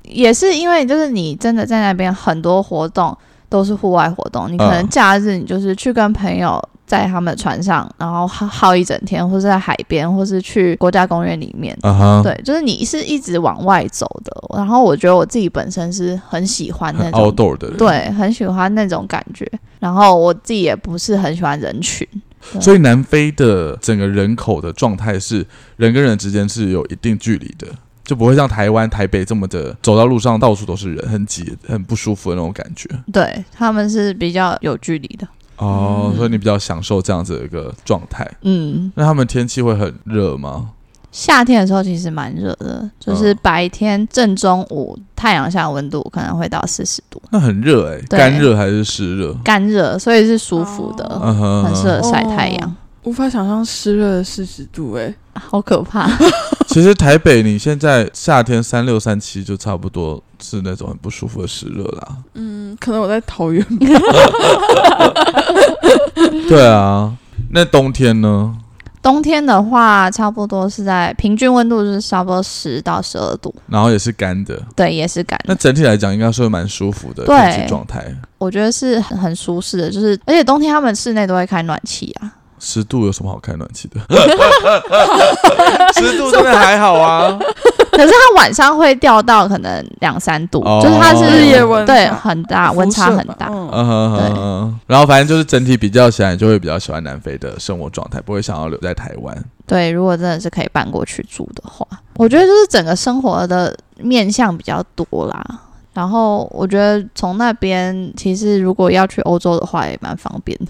也是因为就是你真的在那边很多活动都是户外活动，你可能
嗯
假日你就是去跟朋友在他们船上，然后耗耗一整天，或是在海边，或是去国家公园里面。
啊哈，
对，就是你是一直往外走的，然后我觉得我自己本身是很喜欢那
很
种
outdoor 的人。
对，很喜欢那种感觉。然后我自己也不是很喜欢人群，对
所以南非的整个人口的状态是人跟人之间是有一定距离的，就不会像台湾台北这么的走到路上到处都是人，很挤、很不舒服的那种感觉。
对他们是比较有距离的。
哦，所以你比较享受这样子的一个状态。
嗯，
那他们天气会很热吗？
夏天的时候其实蛮热的，就是
嗯
白天正中午太阳下温度可能会到四十度，
那很热哎、欸，
对
干热还是湿热？
干热，所以是舒服的，
哦
嗯哼，
很适合晒太
哦
阳。
无法想象湿热的四十度哎，
好可怕！ [LAUGHS]
其实台北你现在夏天三六三七就差不多是那种很不舒服的湿热啦。
嗯，可能我在桃园
哦
吧，
对啊，那冬天呢？
冬天的话，差不多是在平均温度就是差不多十到十二度，
然后也是干的，
对，也是干
那整体来讲，应该是蛮舒服的
对
天气状态。
我觉得是很很舒适的，就是而且冬天他们室内都会开暖气啊。 [LAUGHS]
十度有什么好开暖气的？十度真的还好啊。
可是它晚上会掉到可能两三度，
哦
就是它是
日夜
温差
对很大温差很大
辐。射吧。嗯
嗯哼哼哼然后反正就是整体比较起来，你就会比较喜欢南非的生活状态，不会想要留在台湾。
对，如果真的是可以搬过去住的话，我觉得就是整个生活的面向比较多啦。然后我觉得从那边其实如果要去欧洲的话也蛮方便的。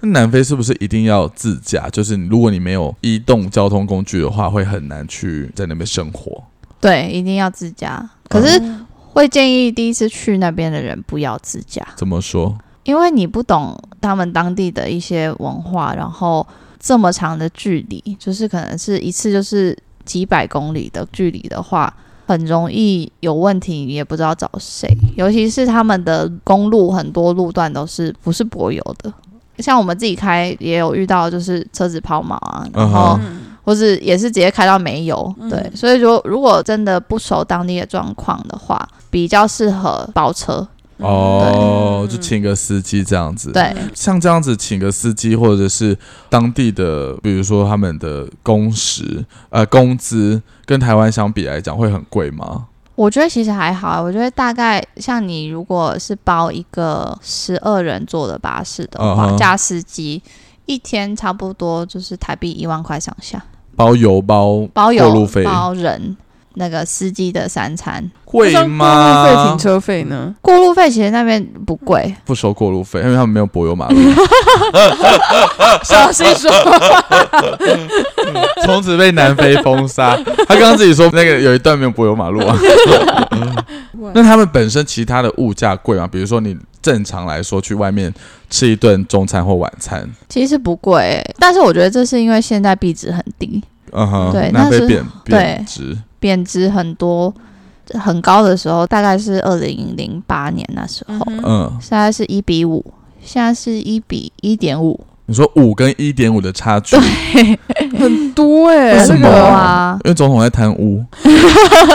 那南非是不是一定要自驾？就是如果你没有移动交通工具的话，会很难去在那边生活。
对，一定要自驾。可
嗯
是会建议第一次去那边的人不要自驾。
怎么说？
因为你不懂他们当地的一些文化，然后这么长的距离，就是可能是一次就是几百公里的距离的话，很容易有问题，你也不知道找谁。尤其是他们的公路很多路段都是不是柏油的，像我们自己开也有遇到，就是车子抛锚啊，然后
嗯
嗯
或是也是直接开到没油。
嗯
对，所以说如果真的不熟当地的状况的话，比较适合包车。
哦，
嗯对
就请个司机这样子。
对。
像这样子请个司机，或者是当地的，比如说他们的工时、呃工资，跟台湾相比来讲会很贵吗？
我觉得其实还好啊，我觉得大概像你如果是包一个十二人坐的巴士的话
嗯哼
加司机，一天差不多就是台币一万块上下，
包邮包
包
过
邮
路、费
包人、那个司机的三餐。
那
贵
像过路费、
吗
停？车费呢？
过路费其实那边不贵，
不收过路费，因为他们没有柏油马路， [LAUGHS]
小心说，
从此被南非封杀。他刚刚自己说那个有一段没有柏油马
[LAUGHS]
路啊。那他们本身其他的物价贵吗？比如说你正常来说去外面吃一顿中餐或晚餐，
其实不贵、但是我觉得这是因为现在币值很低，
嗯哼，
对
南
那
非
是
贬
对
贬值。
贬值很多，很高的时候大概是二零零八年那时候，
嗯哼
嗯，
现在是一比五，现在是一比一点五。
你说五跟一点五的差距，
很多哎、
为
这
什么
很多
个
啊
因为总统在贪污，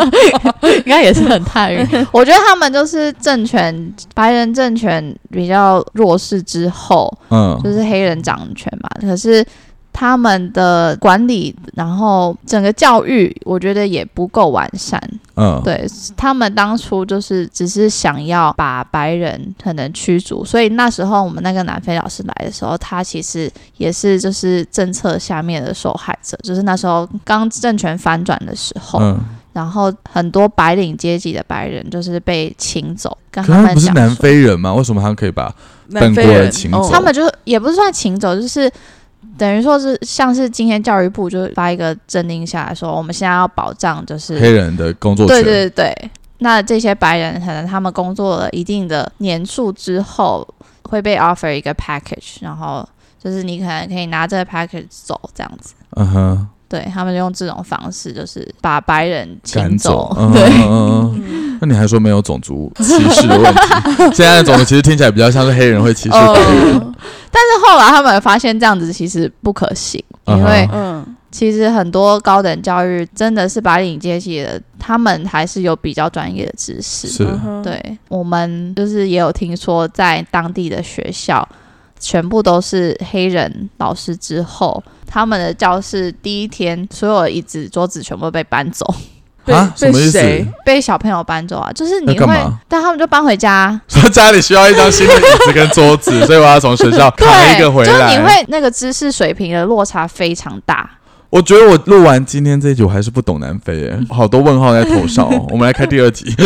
[LAUGHS] 应该也是很太人。 [LAUGHS] 我觉得他们就是政权，白人政权比较弱势之后，
嗯，
就是黑人掌权嘛。可是他们的管理，然后整个教育，我觉得也不够完善。
嗯，
对他们当初就是只是想要把白人可能驱逐，所以那时候我们那个南非老师来的时候，他其实也是就是政策下面的受害者，就是那时候刚政权反转的时候，
嗯，
然后很多白领阶级的白人就是被请走，跟
可是他
们
们不是
讲
南
说，
非人吗？为什么他们可以把
南非
本国的
人
情
哦
走
他们就是也不是算请走，就是。等于说是像是今天教育部就是发一个政令下来说，我们现在要保障就是
黑人的工作
对
权？
对对，那这些白人可能他们工作了一定的年数之后，会被 offer 一个 package，然后就是你可能可以拿这个 package 走这样子。
嗯哼，
对他们用这种方式，就是把白人
赶
请
走
走。。
嗯
对，
嗯嗯嗯那你还说没有种族歧视
[LAUGHS]
的问题？现在的种族其实听起来比较像是黑人会歧视白人。
嗯
但是后来他们发现这样子其实不可行，
嗯哼
因为
嗯，
其实很多高等教育真的是白领阶级的，他们还是有比较专业的知识。
是
嗯哼，
对我们就是也有听说，在当地的学校，全部都是黑人老师之后，他们的教室第一天所有椅子桌子全部被搬走， [LAUGHS]
被
啊，什
被
么意思？
谁
被小朋友搬走啊！就是你
那干
会
嘛，
但他们就搬回家。
说家里需要一张新的椅子跟桌子，所以我要从学校扛一
对，
个回
就是你
来。
会那个知识水平的落差非常大。
我觉得我录完今天这一集，我还是不懂南非
[LAUGHS]
耶，好多问号在头上哦。我们来开第二集， [LAUGHS]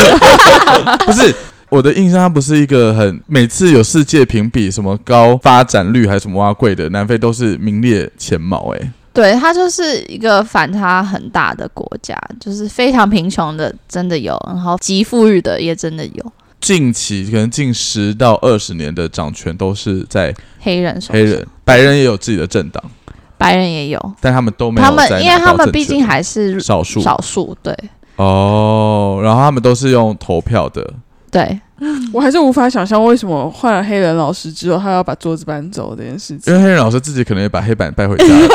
不是。我的印象，它不是一个很每次有世界评比什么高发展率还是什么蛙贵的，南非都是名列前茅哎、
对，它就是一个反差很大的国家，就是非常贫穷的真的有，然后极富裕的也真的有，
近期可能近十到二十年的掌权都是在
黑人手上、 [LAUGHS]
黑人，白人也有自己的政党，
白人也有，
但他们都没有
他们
在
因为
拿到
他们
政
毕
权
竟还是
少数
少数，对
哦，然后他们都是用投票的， [LAUGHS]
对，
我还是无法想象为什么换了黑人老师之后，他要把桌子搬走这件事
因
情。
为黑人老师自己可能也把黑板带回家了，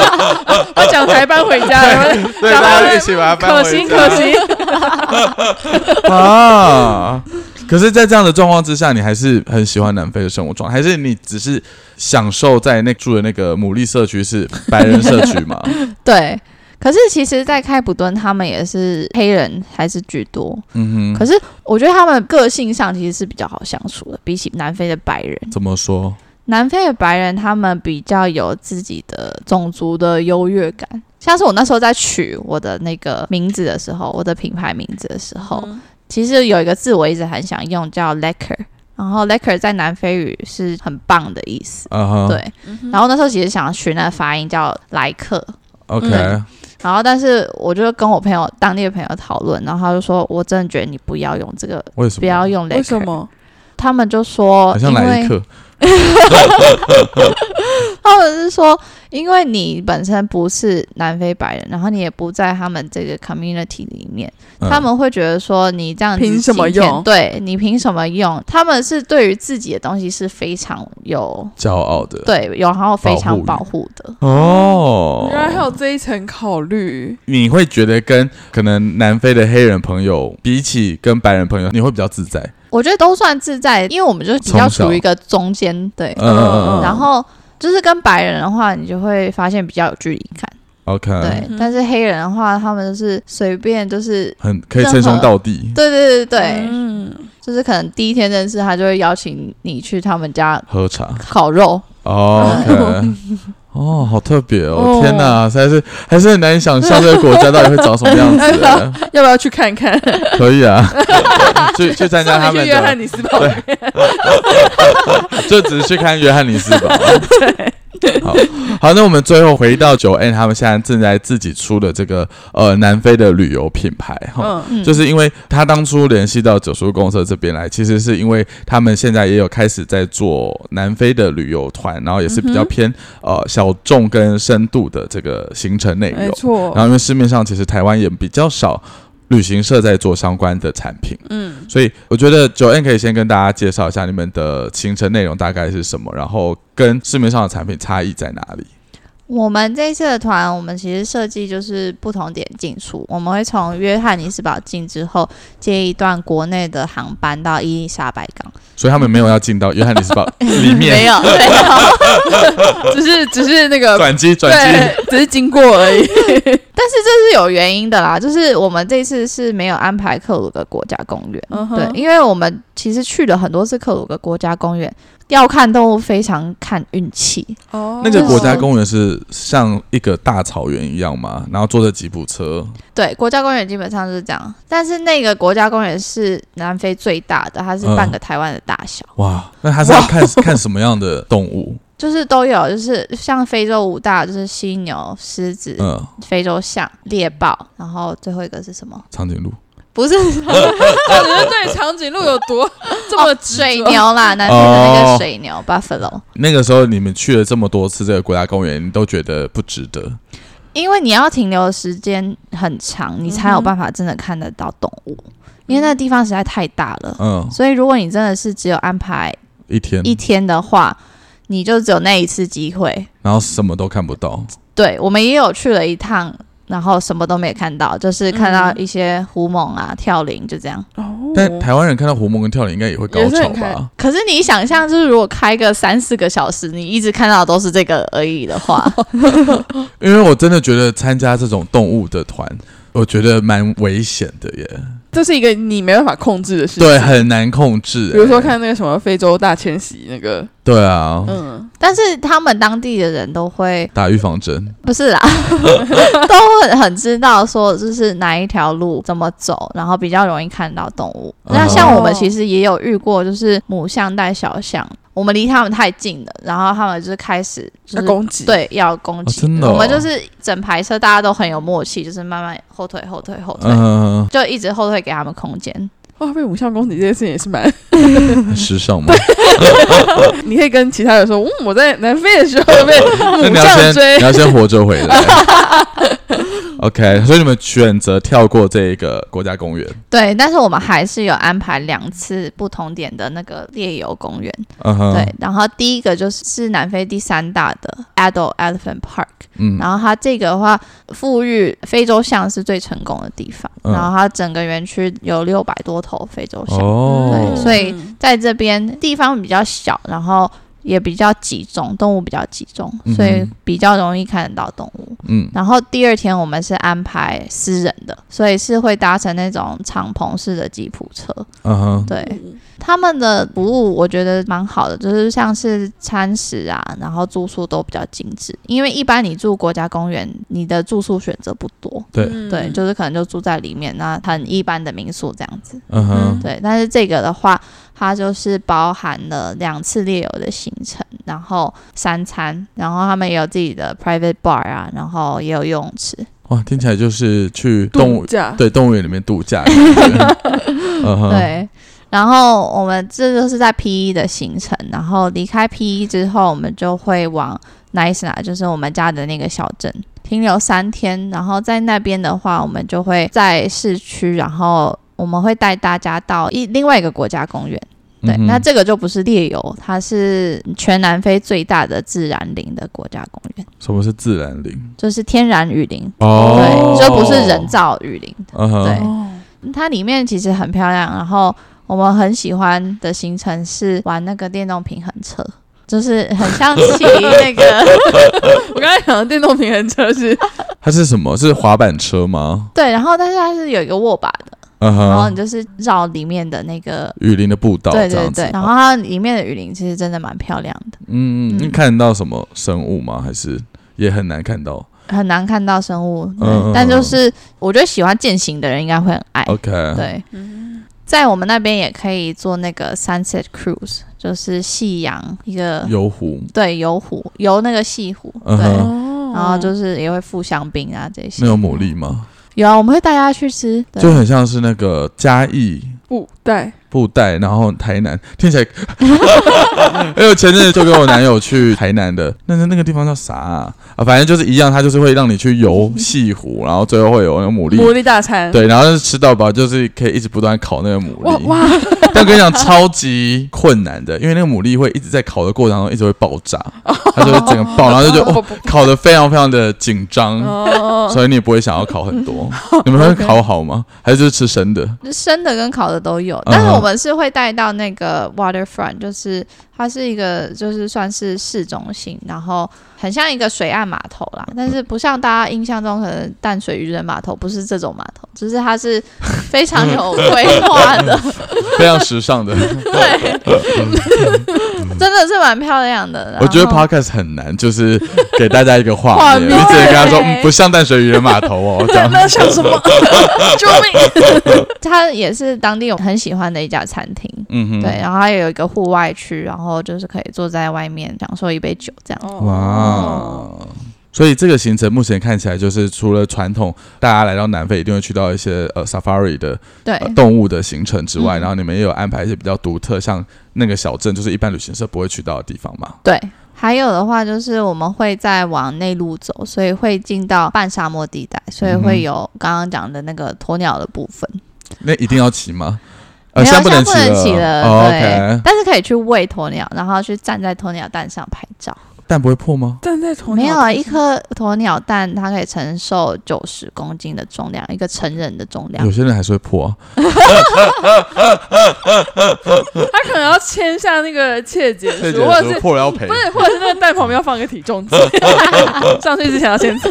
[LAUGHS]
他讲台搬回家了，
对，
然后
大家一起把它搬
可
回
惜
家
可惜，
啊。可是，在这样的状况之下，你还是很喜欢南非的生活状态，还是你只是享受在那住的那个牡蛎社区是白人社区
[LAUGHS]
嘛？
[LAUGHS] 对。可是其实，在开普敦，他们也是黑人还是居多。
嗯
可
哼，
是我觉得他们个性上其实是比较好相处的，比起南非的白人。
怎么说？
南非的白人他们比较有自己的种族的优越感。像是我那时候在取我的那个名字的时候，我的品牌名字的时候，
嗯
其实有一个字我一直很想用，叫 lecker。然后 lecker 在南非语是很棒的意思。
嗯哼，
对，然后那时候其实想学那个发音叫莱克，
，OK，
嗯然后但是我就跟我朋友当地的朋友讨论，然后他就说，我真的觉得你不要用这个，
为什么？
不要用
为什
lecker。
么？
他们就说，
好
因
像来一
为
刻，
他们是说，因为你本身不是南非白人，然后你也不在他们这个 community 里面，
嗯
他们会觉得说你这样子
凭什么
欺骗
用
对你凭什么用？他们是对于自己的东西是非常有
骄傲的。
对有，然后非
保
常
护欲
保护的。
哦
原，来还有这一层考虑。
你会觉得跟可能南非的黑人朋友比起跟白人朋友，你会比较自在。
我觉得都算自在，因为我们就是比较处于一个中间对，
嗯嗯嗯嗯，
然后就是跟白人的话，你就会发现比较有距离感，
OK，
对。
嗯
但是黑人的话，他们就是随便就是。
很可以称兄道弟，
对对对对，
嗯，
就是可能第一天认识他就会邀请你去他们家
喝茶。
烤肉，
哦 OK，哦，好特别哦！天哪，实在是还是很难以想象这个国家到底会长什么样子 [LAUGHS] 欸。
要不要去看看？
可以 [LAUGHS] 啊，去去参加他
送你
们
去约翰
的，
尼斯堡
对就只是去看约翰尼斯 [LAUGHS] 堡。啊好好，那我们最后回到九 N，他们现在正在自己出的这个呃南非的旅游品牌哈。
嗯
嗯，
就是因为他当初联系到九叔公社这边来，其实是因为他们现在也有开始在做南非的旅游团，然后也是
嗯
比较偏、呃小众跟深度的这个行程内
没
容。
错
然。后因为市面上其实台湾也比较少旅行社在做相关的产品。
嗯，
所以我觉得九 N 可以先跟大家介绍一下你们的行程内容大概是什么，然后跟市面上的产品差异在哪里。
我们这一次的团，我们其实设计就是不同点进出，我们会从约翰尼斯堡进之后，接一段国内的航班到伊丽莎白港。
所以他们没有要进到约翰尼斯堡
[LAUGHS]
里
没
面 [LAUGHS]
有，没有。
只是只是那个
转机转机。
对，
[LAUGHS]
只是经过而已。
[LAUGHS] 但是这是有原因的啦，就是我们这次是没有安排克鲁格国家公园。
嗯哼
对，因为我们其实去了很多次克鲁格国家公园，要看动物非常看运气。
哦
那个国家公园是像一个大草原一样嘛，然后坐着吉普车，
对，国家公园基本上是这样，但是那个国家公园是南非最大的，它是
嗯
半个台湾的大小，
哇，那他是要看看什么样的
[LAUGHS]
动物？
就是都有，就是像非洲五大，就是犀牛、狮子、
嗯，
非洲象、猎豹，然后最后一个是什么？
长颈鹿。
不
[LAUGHS]
是
到底是对长颈鹿有多这么
哦
执着
水？牛啦，南非的那个
哦
水牛、buffalo，
那个时候你们去了这么多次这个国家公园，你都觉得不值得。
因为你要停留的时间很长，你才有办法真的看得到动物，因为那个地方实在太大了。
嗯，
所以，如果你真的是只有安排
一天，
一天的话，你就只有那一次机会。
然后什么都看不
嗯
到。
对，我们也有去了一趟，然后什么都没看到，就是看到一些狐獴啊、跳羚，就这样。
哦
但台湾人看到狐獴跟跳羚，应该也会高
也是
潮
很
吧？
可是你想象，就是如果开个三四个小时，你一直看到的都是这个而已的话，
因为我真的觉得参加这种动物的团，我觉得蛮危险的耶。
这是一个你没办法控制的事情。
对，，很难控制耶。
比如说看那个什么非洲大迁徙那个，
对啊，
嗯，
但是他们当地的人都会
打预防针。
不是
[LAUGHS]
啦，都很很知道说就是哪一条路怎么走，然后比较容易看到动物。
哦
那像我们其实也有遇过，就是母象带小象，我们离他们太近了，然后他们就是开始就
要
是
攻击，，
对要攻击、
哦真的哦
我们就是整排车大家都很有默契，就是慢慢后退后退后退，
嗯、 [LAUGHS]
就一直后退给他们空间。
哇，被母象攻击这件事情也是蛮，
很时尚嘛。
你可以跟其他人说，嗯，我在南非的时候被
那
母
你要
象
先，
追
你，要先活着回来。OK，所以你们选择跳过这一个国家公园。
对，但是我们还是有安排两次不同点的那个猎游公园。
嗯哼，
对，，然后第一个就是是南非第三大的 Adult Elephant Park，
嗯，
然后它这个的话，富裕非洲象是最成功的地方，
嗯
然后它整个园区有六百多头非洲象，
哦，
对所以在这边地方比较小，然后也比较集中，动物比较集中，所以
嗯哼
比较容易看得到动物。
嗯，
然后第二天我们是安排私人的，所以是会搭乘那种敞篷式的吉普车，
嗯哼，
对。他们的服务我觉得蛮好的，就是像是餐食啊，然后住宿都比较精致。因为一般你住国家公园，你的住宿选择不多，
对
嗯
对，就是可能就住在里面，那很一般的民宿这样子。
嗯哼，
对，但是这个的话，它就是包含了两次猎游的行程，然后三餐，然后他们也有自己的 private bar 啊，然后也有游泳池。
哇，听起来就是去动
度
物，
假，
对，动物园里面度假的感觉。
[LAUGHS]
嗯哼，
对，然后我们这就是在 P E 一的行程，然后离开 P 一之后，我们就会往 Nicena，就是我们家的那个小镇停留三天，然后在那边的话，我们就会在市区，然后我们会带大家到一另外一个国家公园。对，
嗯哼
那这个就不是猎游，它是全南非最大的自然林的国家公园，
什么是自然林？
就是天然雨林，
哦，
对，就不是人。造雨林。
嗯哼，
对
哦，
它里面其实很漂亮，然后我们很喜欢的行程是玩那个电动平衡车，就是很像骑那
[LAUGHS]
个
我刚才讲的电动平衡车是
它是什么？是滑板车吗？
对，然后但是它是有一个握把的，
嗯
然后你
哼，
就是绕里面的那个。
雨林的步道
对
这
对
样子
对，。然后它里面的雨林其实真的蛮漂亮的，
嗯，你看得到什么生物吗？还是也很难看到
很难看到生物，对
嗯嗯
但就是我觉得喜欢践行的人应该会很爱。
？OK，
对，在我们那边也可以做那个 sunset cruise，就是夕阳一个
游湖。
对游湖游那个西湖，
嗯
对，
哦
哼
然后就是也会附香槟啊这些。
那有牡蛎吗？
有啊，我们会带大家去吃。对
哦
就很像是那个嘉义
布袋，
布袋，然后台南，听起来。 [LAUGHS] 因为我前阵子就跟我男友去台南的，那那那个地方叫啥啊？啊反正就是一样，它就是会让你去游西湖，然后最后会有那个牡蛎，
牡蛎大餐，
对，然后吃到饱，就是可以一直不断烤那个牡
哇
蛎。
哇，
[LAUGHS] 但跟你讲，超级困难的，因为那个牡蛎会一直在烤的过程当中一直会爆
[LAUGHS]
炸，它就会整个爆，然后就觉得、哦、嗯烤的非常非常的紧张，
哦，
[LAUGHS] 所以你也不会想要烤
[LAUGHS]
很多。你们会烤好吗？还是就是吃生的？
生的跟烤的都有，
嗯
但是我们是会带到那个 waterfront，就是它是一个就是算是市中心，然后很像一个水岸码头啦，但是不像大家印象中可能淡水渔人码头不是这种码头，就是它是非常
[LAUGHS]
有规划的，
非常时
[LAUGHS]
尚的。
真的是蛮漂亮的。然后
嗯我觉得 podcast 很难，就是给大家一个画
画
面，
面
你直接跟他说、
对
嗯不像淡水渔人码头
[LAUGHS]
哦，这样。
那想什
[LAUGHS]
么？救命！
它也是当地我很喜欢的一家餐厅，
嗯哼，
对，然后它也有一个户外区，然后就是可以坐在外面享受一杯酒这
哦
哦
样。
哇，所以这个行程目前看起来就是除了传统大家来到南非一定会去到一些呃 safari 的、
对，
呃、动物的行程之外，
嗯
然后你们也有安排一些比较独特，像那个小镇就是一般旅行社不会去到的地方嘛。
对，还有的话就是我们会再往内陆走，所以会进到半沙漠地带，所以
嗯
会有刚刚讲的那个鸵鸟的部分。
那一定要骑吗？
没有
现在呃能骑
现在不能骑了
哦、
对
OK，
但是可以去喂鸵鸟，然后去站在鸵鸟蛋上拍照。
但不会破吗？
站在鸵鸟
没有啊，一颗鸵鸟蛋它可以承受九十公斤的重量，一个成人的重量
有。些人还是会破、啊。
他可能要签下那个切结
这
书，或者是
破了要赔
嗯
不是，或者是那个袋旁边要放个体
[LAUGHS]
重计，上去之前要先称。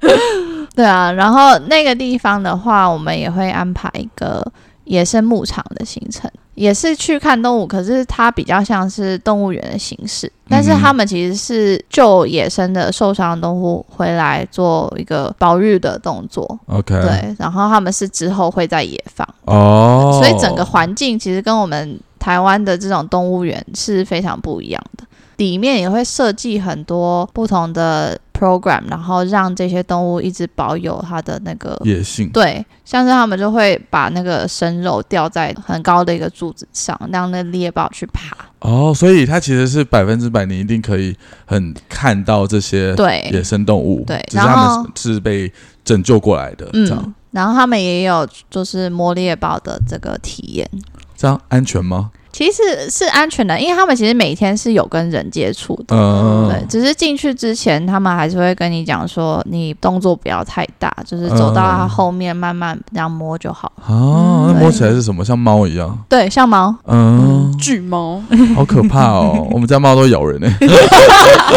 对啊，然后那个地方的话，我们也会安排一个野生牧场的行程，也是去看动物，可是它比较像是动物园的形式，但是他们其实是救野生的受伤的动物回来做一个保育的动作。
OK，
对，然后他们是之后会在野放，
哦，
所以整个环境其实跟我们台湾的这种动物园是非常不一样的。里面也会设计很多不同的 program，然后让这些动物一直保有它的那个
野性
对，像是他们就会把那个生肉吊在很高的一个柱子上，让那猎豹去爬。
哦，所以它其实是百分之百，你一定可以很看到这些野
对，
生动物，
对
只是
然
他
后
们是被拯救过来的，这样
嗯，然后他们也有就是摸猎豹的这个体验。
这样安全吗？
其实是安全的，因为他们其实每天是有跟人接触的，
嗯，
对，只是进去之前，他们还是会跟你讲说，你动作不要太大，就是走到它后面慢慢这样摸就好。
哦，那
对
摸起来是什么？像猫一样，
对，像猫，
嗯，
巨 [LAUGHS] 猫，
嗯
好可怕
[LAUGHS]
哦！我们家猫都咬人呢。欸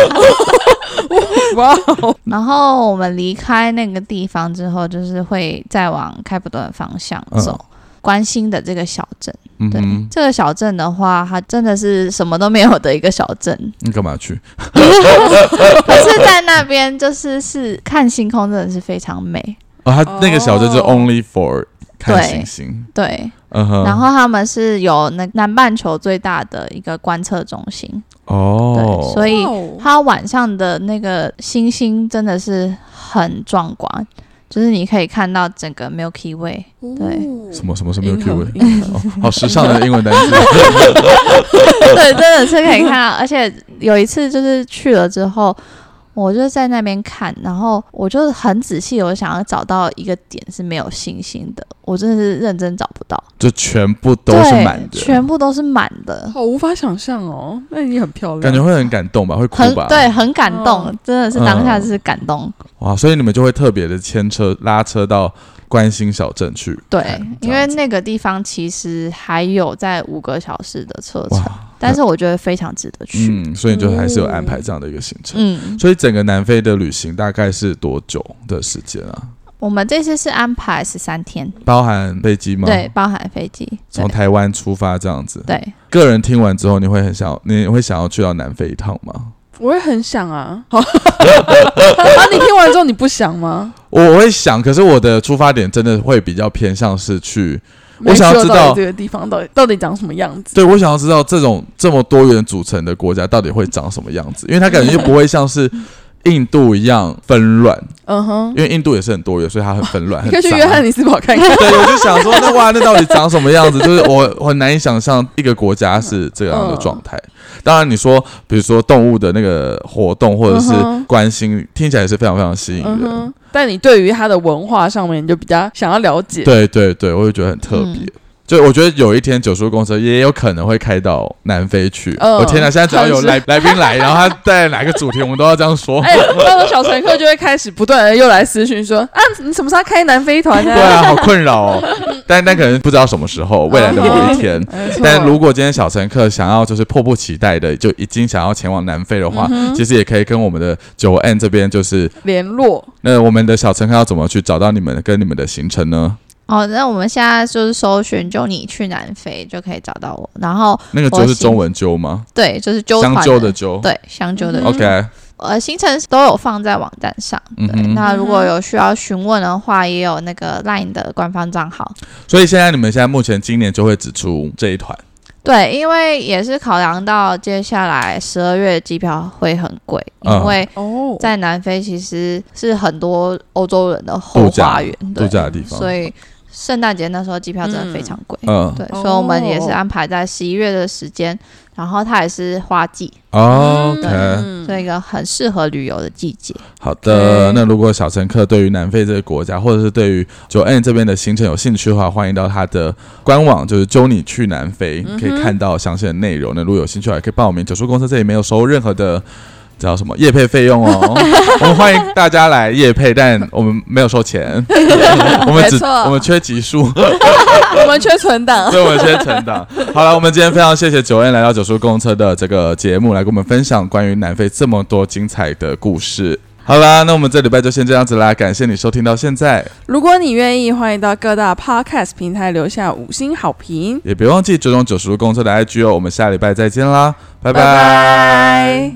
哇！
然后我们离开那个地方之后，就是会再往开普敦的方向走。关心的这个小镇，
嗯
对、
哼，
这个小镇的话，它真的是什么都没有的一个小
[LAUGHS]，
镇
你干嘛去？
可是，在那边就是是看星空，真的是非常美。
哦，它那个小镇是
哦
only for 看
对
星星，
对，
嗯哼，
然后他们是有那南半球最大的一个观测中心，
哦
对，，所以
哇
它晚上的那个星星真的是很壮观，就是你可以看到整个 Milky
[LAUGHS]
Way。
哦
对
什么什么什么
银
Milky
河
Way，
银河
哦， [LAUGHS] 好时尚的英文单词，
[LAUGHS] 对，真的是可以看到。而且有一次就是去了之后，我就在那边看，然后我就很仔细，我想要找到一个点是没有星星的，我真的是认真找不到，
就全部都是
对
满的，
全部都是满的。
[LAUGHS] 好无法想象哦，那你很漂亮，
感觉会很感动吧，会哭
很
吧？
对，，很感动，
嗯
真的是当下是感动。
哇，所以你们就会特别的牵车拉车到关心小镇去
对
看，这
因为
样子
那个地方其实还有在五个小时的车程，
哇，
但是我觉得非常值得去。
嗯，所以你就还是有安排这样的一个行程。
嗯，
所以整个南非的旅行大概是多久的时间啊？
我们这次是安排十三天，
包含飞机吗？
对，，包含飞机，对
从台湾出发这样子。
对，
个人听完之后，你会很想，你会想要去到南非一趟吗？
我也很想
[LAUGHS]
啊。好啊，你听完之后你不想吗？
我会想，可是我的出发点真的会比较偏向是去，我想要知
没去过
道
到底这个地方到底到底长什么样子。
对我想要知道这种这么多元组成的国家到底会长什么样子，因为它感觉就不会像是印度一样纷乱，
嗯哼，
因为印度也是很多元，所以它很纷乱。
你
很
可以去
杂
约翰尼斯堡看看。
对，我就想说，那哇，那到底长什么样子？就是我我很难以想象一个国家是这样的
嗯
状态。当然，你说比如说动物的那个活动或者是
嗯哼
关心，听起来也是非常非常吸引
嗯
人。
哼，但你对于它的文化上面，你就比较想要了解。
对对对，我就觉得很特别。就我觉得有一天九叔公车也有可能会开到南非去。
嗯
我天哪！现在只要有
很是
来来宾来，然后他带哪个主题，我们都要这样
[LAUGHS]
说。
哎，到时候小乘客就会开始不断的又来私讯说啊，你什么时候要开南非团呢？
对啊，好困扰哦。但但可能不知道什么时候，未来的某一天。
嗯没错，
但如果今天小乘客想要就是迫不及待的就已经想要前往南非的话，其实也可以跟我们的九 N 这边就是，
联络
那我们的小乘客要怎么去找到你们跟你们的行程呢？
哦，那我们现在就是搜寻“就你去南非”就可以找到我。然后
那个
我
就是
行
中文揪吗？
对，就是纠团
相揪的揪。
对相纠的
嗯
纠
OK，
呃行程都有放在网站上。对，
嗯哼
那如果有需要询问的话，也有那个 LINE 的官方账号。
所以现在你们现在目前今年就会只出这一团，
对，因为也是考量到接下来十二月机票会很贵，
嗯
因为
哦
在南非其实是很多欧洲人的后
度假
花园，
度
对，
假的地方。
所以圣诞节那时候机票真的非常贵。
嗯，
对，
哦
所以我们也是安排在十一月的时间，然后它也是花季，
哦 OK，、
嗯
所以一个很适合旅游的季节。
好的。
OK
那如果小乘客对于南非这个国家，或者是对于九 N 这边的行程有兴趣的话，欢迎到他的官网，就是“揪你去南非”，
嗯
可以看到详细的内容。那如果有兴趣，还可以报名。九叔公司这里没有收任何的。叫什么夜配费用
[LAUGHS]
哦？我们欢迎大家来夜配，但我们没有收
[LAUGHS]
钱，我们只
没错
我们缺集数。
我们缺存档，
[LAUGHS] 所以我们先存档。好了，我们今天非常谢谢九恩来到九叔公车的这个节目，来跟我们分享关于南非这么多精彩的故事。好啦，那我们这礼拜就先这样子啦，感谢你收听到现在，
如果你愿意，欢迎到各大 podcast 平台留下五星好评。
也别忘记追踪九叔公车的 IG 哦。我们下礼拜再见啦，拜拜
拜